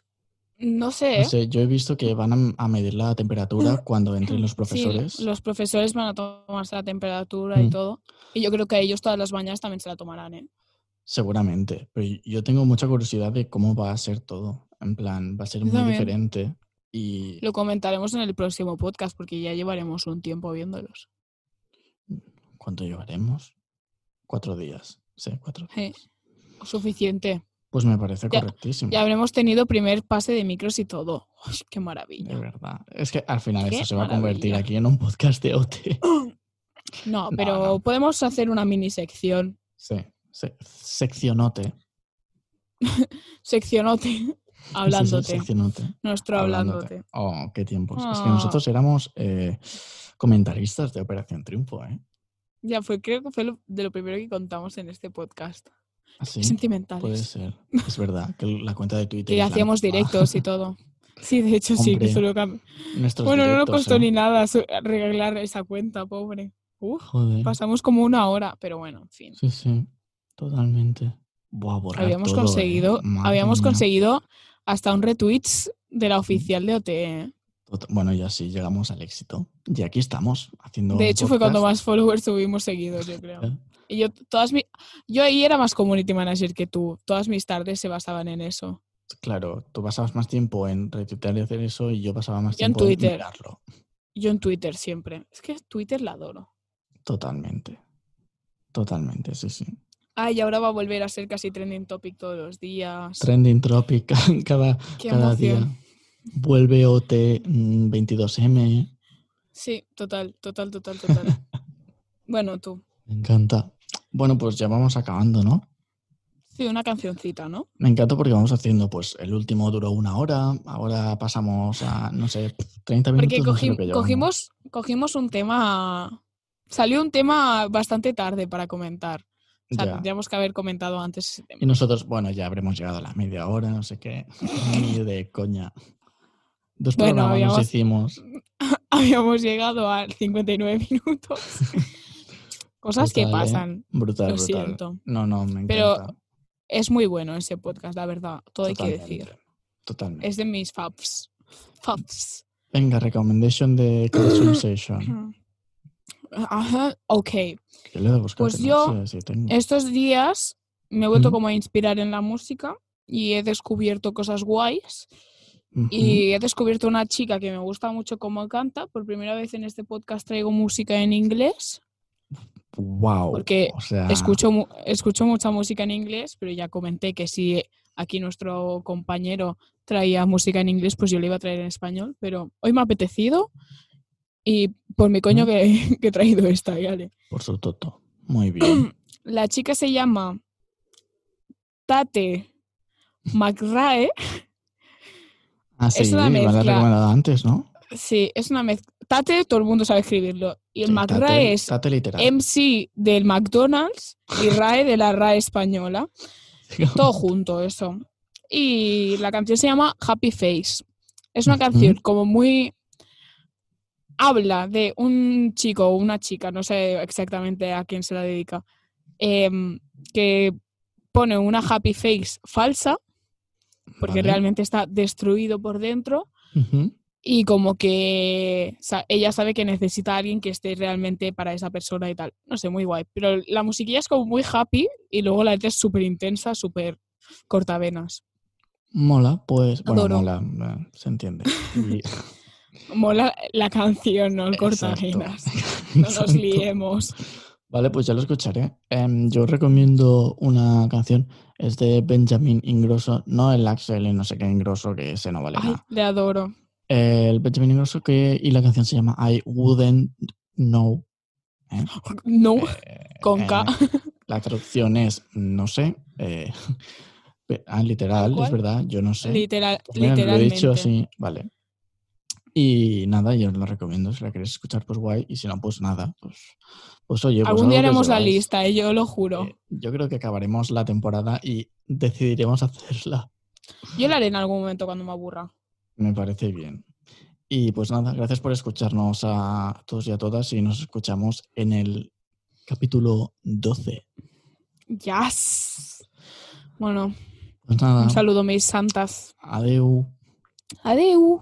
[SPEAKER 2] No sé,
[SPEAKER 1] No
[SPEAKER 2] ¿eh?
[SPEAKER 1] sé, yo he visto que van a- a medir la temperatura cuando entren los
[SPEAKER 2] Sí, lo-
[SPEAKER 1] profesores.
[SPEAKER 2] los profesores van a tomarse la temperatura y
[SPEAKER 1] Mm.
[SPEAKER 2] todo. Y yo creo que ellos todas las mañanas también se la tomarán, ¿eh?
[SPEAKER 1] Seguramente, pero yo tengo mucha curiosidad de cómo va a ser todo. En plan, va a ser
[SPEAKER 2] Yo
[SPEAKER 1] muy
[SPEAKER 2] también.
[SPEAKER 1] diferente. Y
[SPEAKER 2] Lo comentaremos en el próximo podcast porque ya llevaremos un tiempo viéndolos.
[SPEAKER 1] ¿cuánto llevaremos? Cuatro días. Sí, cuatro
[SPEAKER 2] Sí.
[SPEAKER 1] días.
[SPEAKER 2] Suficiente.
[SPEAKER 1] Pues me parece
[SPEAKER 2] Ya-
[SPEAKER 1] correctísimo.
[SPEAKER 2] Ya habremos tenido primer pase de micros y todo. Uy, ¡Qué
[SPEAKER 1] De
[SPEAKER 2] maravilla!
[SPEAKER 1] verdad. Es que al final
[SPEAKER 2] Qué
[SPEAKER 1] esto se va a convertir
[SPEAKER 2] maravilla.
[SPEAKER 1] aquí en un podcast de OT.
[SPEAKER 2] No,
[SPEAKER 1] No,
[SPEAKER 2] pero
[SPEAKER 1] no.
[SPEAKER 2] podemos hacer una mini sección.
[SPEAKER 1] Sí, se- seccionote.
[SPEAKER 2] Seccionote.
[SPEAKER 1] Sí, sí,
[SPEAKER 2] Hablándote.
[SPEAKER 1] seccionote.
[SPEAKER 2] Nuestro hablándote.
[SPEAKER 1] Oh, qué tiempos. Es que
[SPEAKER 2] Ah.
[SPEAKER 1] nosotros éramos eh, comentaristas de Operación Triunfo, ¿eh?
[SPEAKER 2] Ya fue, creo que fue lo- de lo primero que contamos en este podcast.
[SPEAKER 1] Así.
[SPEAKER 2] Sentimentales.
[SPEAKER 1] Ah, Puede ser. Es verdad que la cuenta pues, de Twitter.
[SPEAKER 2] que
[SPEAKER 1] es la
[SPEAKER 2] hacíamos
[SPEAKER 1] misma.
[SPEAKER 2] directos y todo. Sí, de hecho sí, que
[SPEAKER 1] Hombre,
[SPEAKER 2] solo cam-
[SPEAKER 1] Nuestros
[SPEAKER 2] Bueno, no nos
[SPEAKER 1] directos,
[SPEAKER 2] costó
[SPEAKER 1] ¿eh?
[SPEAKER 2] ni nada su- arreglar esa cuenta, pobre. Uf,
[SPEAKER 1] Joder.
[SPEAKER 2] pasamos como una hora, pero bueno, en fin.
[SPEAKER 1] Sí, sí. Totalmente. Buah, borrar
[SPEAKER 2] Habíamos
[SPEAKER 1] todo, ¿eh?
[SPEAKER 2] conseguido,
[SPEAKER 1] Madre
[SPEAKER 2] habíamos
[SPEAKER 1] mía.
[SPEAKER 2] conseguido hasta un retweets de la oficial de OTE. ¿eh?
[SPEAKER 1] Tot- Bueno, ya sí, llegamos al éxito. Y aquí estamos, haciendo.
[SPEAKER 2] De
[SPEAKER 1] un
[SPEAKER 2] hecho, fue cuando
[SPEAKER 1] podcast.
[SPEAKER 2] más followers tuvimos seguidos, yo creo.
[SPEAKER 1] Eh,
[SPEAKER 2] Y yo todas mi, yo ahí era más community manager que tú. Todas mis tardes se basaban en eso.
[SPEAKER 1] Claro, tú pasabas más tiempo en retuitear y hacer eso, y yo pasaba más
[SPEAKER 2] Yo en
[SPEAKER 1] tiempo en,
[SPEAKER 2] Twitter.
[SPEAKER 1] mirarlo.
[SPEAKER 2] Yo en Twitter siempre. Es que Twitter la adoro.
[SPEAKER 1] Totalmente. Totalmente, sí, sí.
[SPEAKER 2] Ay, ahora va a volver a ser casi trending topic todos los días.
[SPEAKER 1] Trending Tropic ca- cada,
[SPEAKER 2] Qué
[SPEAKER 1] cada
[SPEAKER 2] emoción.
[SPEAKER 1] día. Vuelve OT mm, 22M.
[SPEAKER 2] Sí, total, total, total, total. bueno, tú.
[SPEAKER 1] Me encanta. Bueno, pues ya vamos acabando, ¿no?
[SPEAKER 2] Sí, una cancioncita, ¿no?
[SPEAKER 1] Me encanta porque vamos haciendo, pues el último duró una hora, ahora pasamos a, no sé, 30 minutos.
[SPEAKER 2] Porque
[SPEAKER 1] no sé
[SPEAKER 2] cogim-
[SPEAKER 1] lo Pues que llevamos.
[SPEAKER 2] cogimos, cogimos un tema. Salió un tema bastante tarde para comentar. O sea,
[SPEAKER 1] Ya.
[SPEAKER 2] tendríamos que haber comentado antes ese
[SPEAKER 1] Y
[SPEAKER 2] tema.
[SPEAKER 1] nosotros, bueno, ya habremos llegado a la media hora, no sé qué, ni de coña. Dos
[SPEAKER 2] Bueno,
[SPEAKER 1] programas nos
[SPEAKER 2] habíamos-
[SPEAKER 1] hicimos.
[SPEAKER 2] Habíamos llegado a 59 minutos. Cosas que
[SPEAKER 1] Brutal, ¿eh?
[SPEAKER 2] pasan.
[SPEAKER 1] Brutal,
[SPEAKER 2] Lo
[SPEAKER 1] brutal.
[SPEAKER 2] siento.
[SPEAKER 1] No, no, me
[SPEAKER 2] Pero
[SPEAKER 1] encanta.
[SPEAKER 2] Es muy bueno ese podcast, la verdad. Todo hay que
[SPEAKER 1] Totalmente,
[SPEAKER 2] decir.
[SPEAKER 1] Totalmente.
[SPEAKER 2] Es de mis faps. Faps.
[SPEAKER 1] Venga, recommendation de Conversation.
[SPEAKER 2] Ajá, ok.
[SPEAKER 1] que le he buscado.
[SPEAKER 2] Pues
[SPEAKER 1] que no
[SPEAKER 2] yo-
[SPEAKER 1] sé si tengo.
[SPEAKER 2] Estos días me he vuelto
[SPEAKER 1] Ujú.
[SPEAKER 2] como a inspirar en la música y he descubierto cosas guays
[SPEAKER 1] Ujú.
[SPEAKER 2] y he descubierto una chica que me gusta mucho cómo canta. Por primera vez en este podcast traigo música en inglés.
[SPEAKER 1] Wow.
[SPEAKER 2] porque
[SPEAKER 1] o sea,
[SPEAKER 2] Escucho, mu- escucho mucha música en inglés, pero ya comenté que si aquí nuestro compañero traía música en inglés, pues yo le iba a traer en español. Pero hoy me ha apetecido y por mi coño
[SPEAKER 1] Ujú.
[SPEAKER 2] que, que he traído esta, vale.
[SPEAKER 1] Por su toto. Muy bien.
[SPEAKER 2] La chica se llama Tate McRae.
[SPEAKER 1] Ah, sí,
[SPEAKER 2] Es una
[SPEAKER 1] me lo has
[SPEAKER 2] mezcla.
[SPEAKER 1] recomendado antes, ¿no?
[SPEAKER 2] Sí, es una mezcla. Tate, todo el mundo sabe escribirlo. Y el
[SPEAKER 1] Sí,
[SPEAKER 2] McRae
[SPEAKER 1] tate-
[SPEAKER 2] es
[SPEAKER 1] tate literal.
[SPEAKER 2] MC del McDonald's y RAE de la RAE española. Todo junto eso. Y la canción se llama Happy Face. Es una
[SPEAKER 1] Ujú.
[SPEAKER 2] canción como muy... Habla de un chico o una chica, no sé exactamente a quién se la dedica, em, que pone una happy face falsa porque
[SPEAKER 1] Vale.
[SPEAKER 2] realmente está destruido por dentro
[SPEAKER 1] Ujú.
[SPEAKER 2] y como que sa- ella sabe que necesita a alguien que esté realmente para esa persona y tal. No sé, muy guay. Pero la musiquilla es como muy happy y luego la letra es súper intensa, súper cortavenas.
[SPEAKER 1] Mola, pues. Bueno,
[SPEAKER 2] Adoro.
[SPEAKER 1] mola, eh, se entiende. Y-
[SPEAKER 2] Mola la canción, no el cortavenas. No nos
[SPEAKER 1] Exacto.
[SPEAKER 2] liemos.
[SPEAKER 1] Vale, pues ya lo escucharé. Em, yo recomiendo una canción, es de Benjamin Ingrosso, no el Axel y no sé qué Ingrosso, que ese no vale
[SPEAKER 2] Ay,
[SPEAKER 1] nada.
[SPEAKER 2] le adoro.
[SPEAKER 1] El Benjamin Ingrosso que, y la canción se llama I Wouldn't Know. ¿eh?
[SPEAKER 2] No,
[SPEAKER 1] Eh,
[SPEAKER 2] Uh, con K.
[SPEAKER 1] la traducción es no sé, eh, pe- ah, literal, es
[SPEAKER 2] cual.
[SPEAKER 1] verdad, yo no sé.
[SPEAKER 2] Literal,
[SPEAKER 1] Pues mira, lo he
[SPEAKER 2] literalmente.
[SPEAKER 1] dicho así, vale. Y nada, yo os lo recomiendo. Si la queréis escuchar, pues guay. Y si no, pues nada. Pues, pues oye, pues
[SPEAKER 2] Algún día
[SPEAKER 1] algo que
[SPEAKER 2] haremos la
[SPEAKER 1] sepáis.
[SPEAKER 2] lista, eh, yo lo juro.
[SPEAKER 1] Eh, yo creo que acabaremos la temporada y decidiremos hacerla.
[SPEAKER 2] Yo la haré en algún momento cuando me aburra.
[SPEAKER 1] Me parece bien. Y pues nada, gracias por escucharnos a todos y a todas. Y nos escuchamos en el capítulo 12.
[SPEAKER 2] Yes.
[SPEAKER 1] Ah.
[SPEAKER 2] Bueno,
[SPEAKER 1] Pues nada,
[SPEAKER 2] un saludo, mis santas.
[SPEAKER 1] adeu.
[SPEAKER 2] Adeu.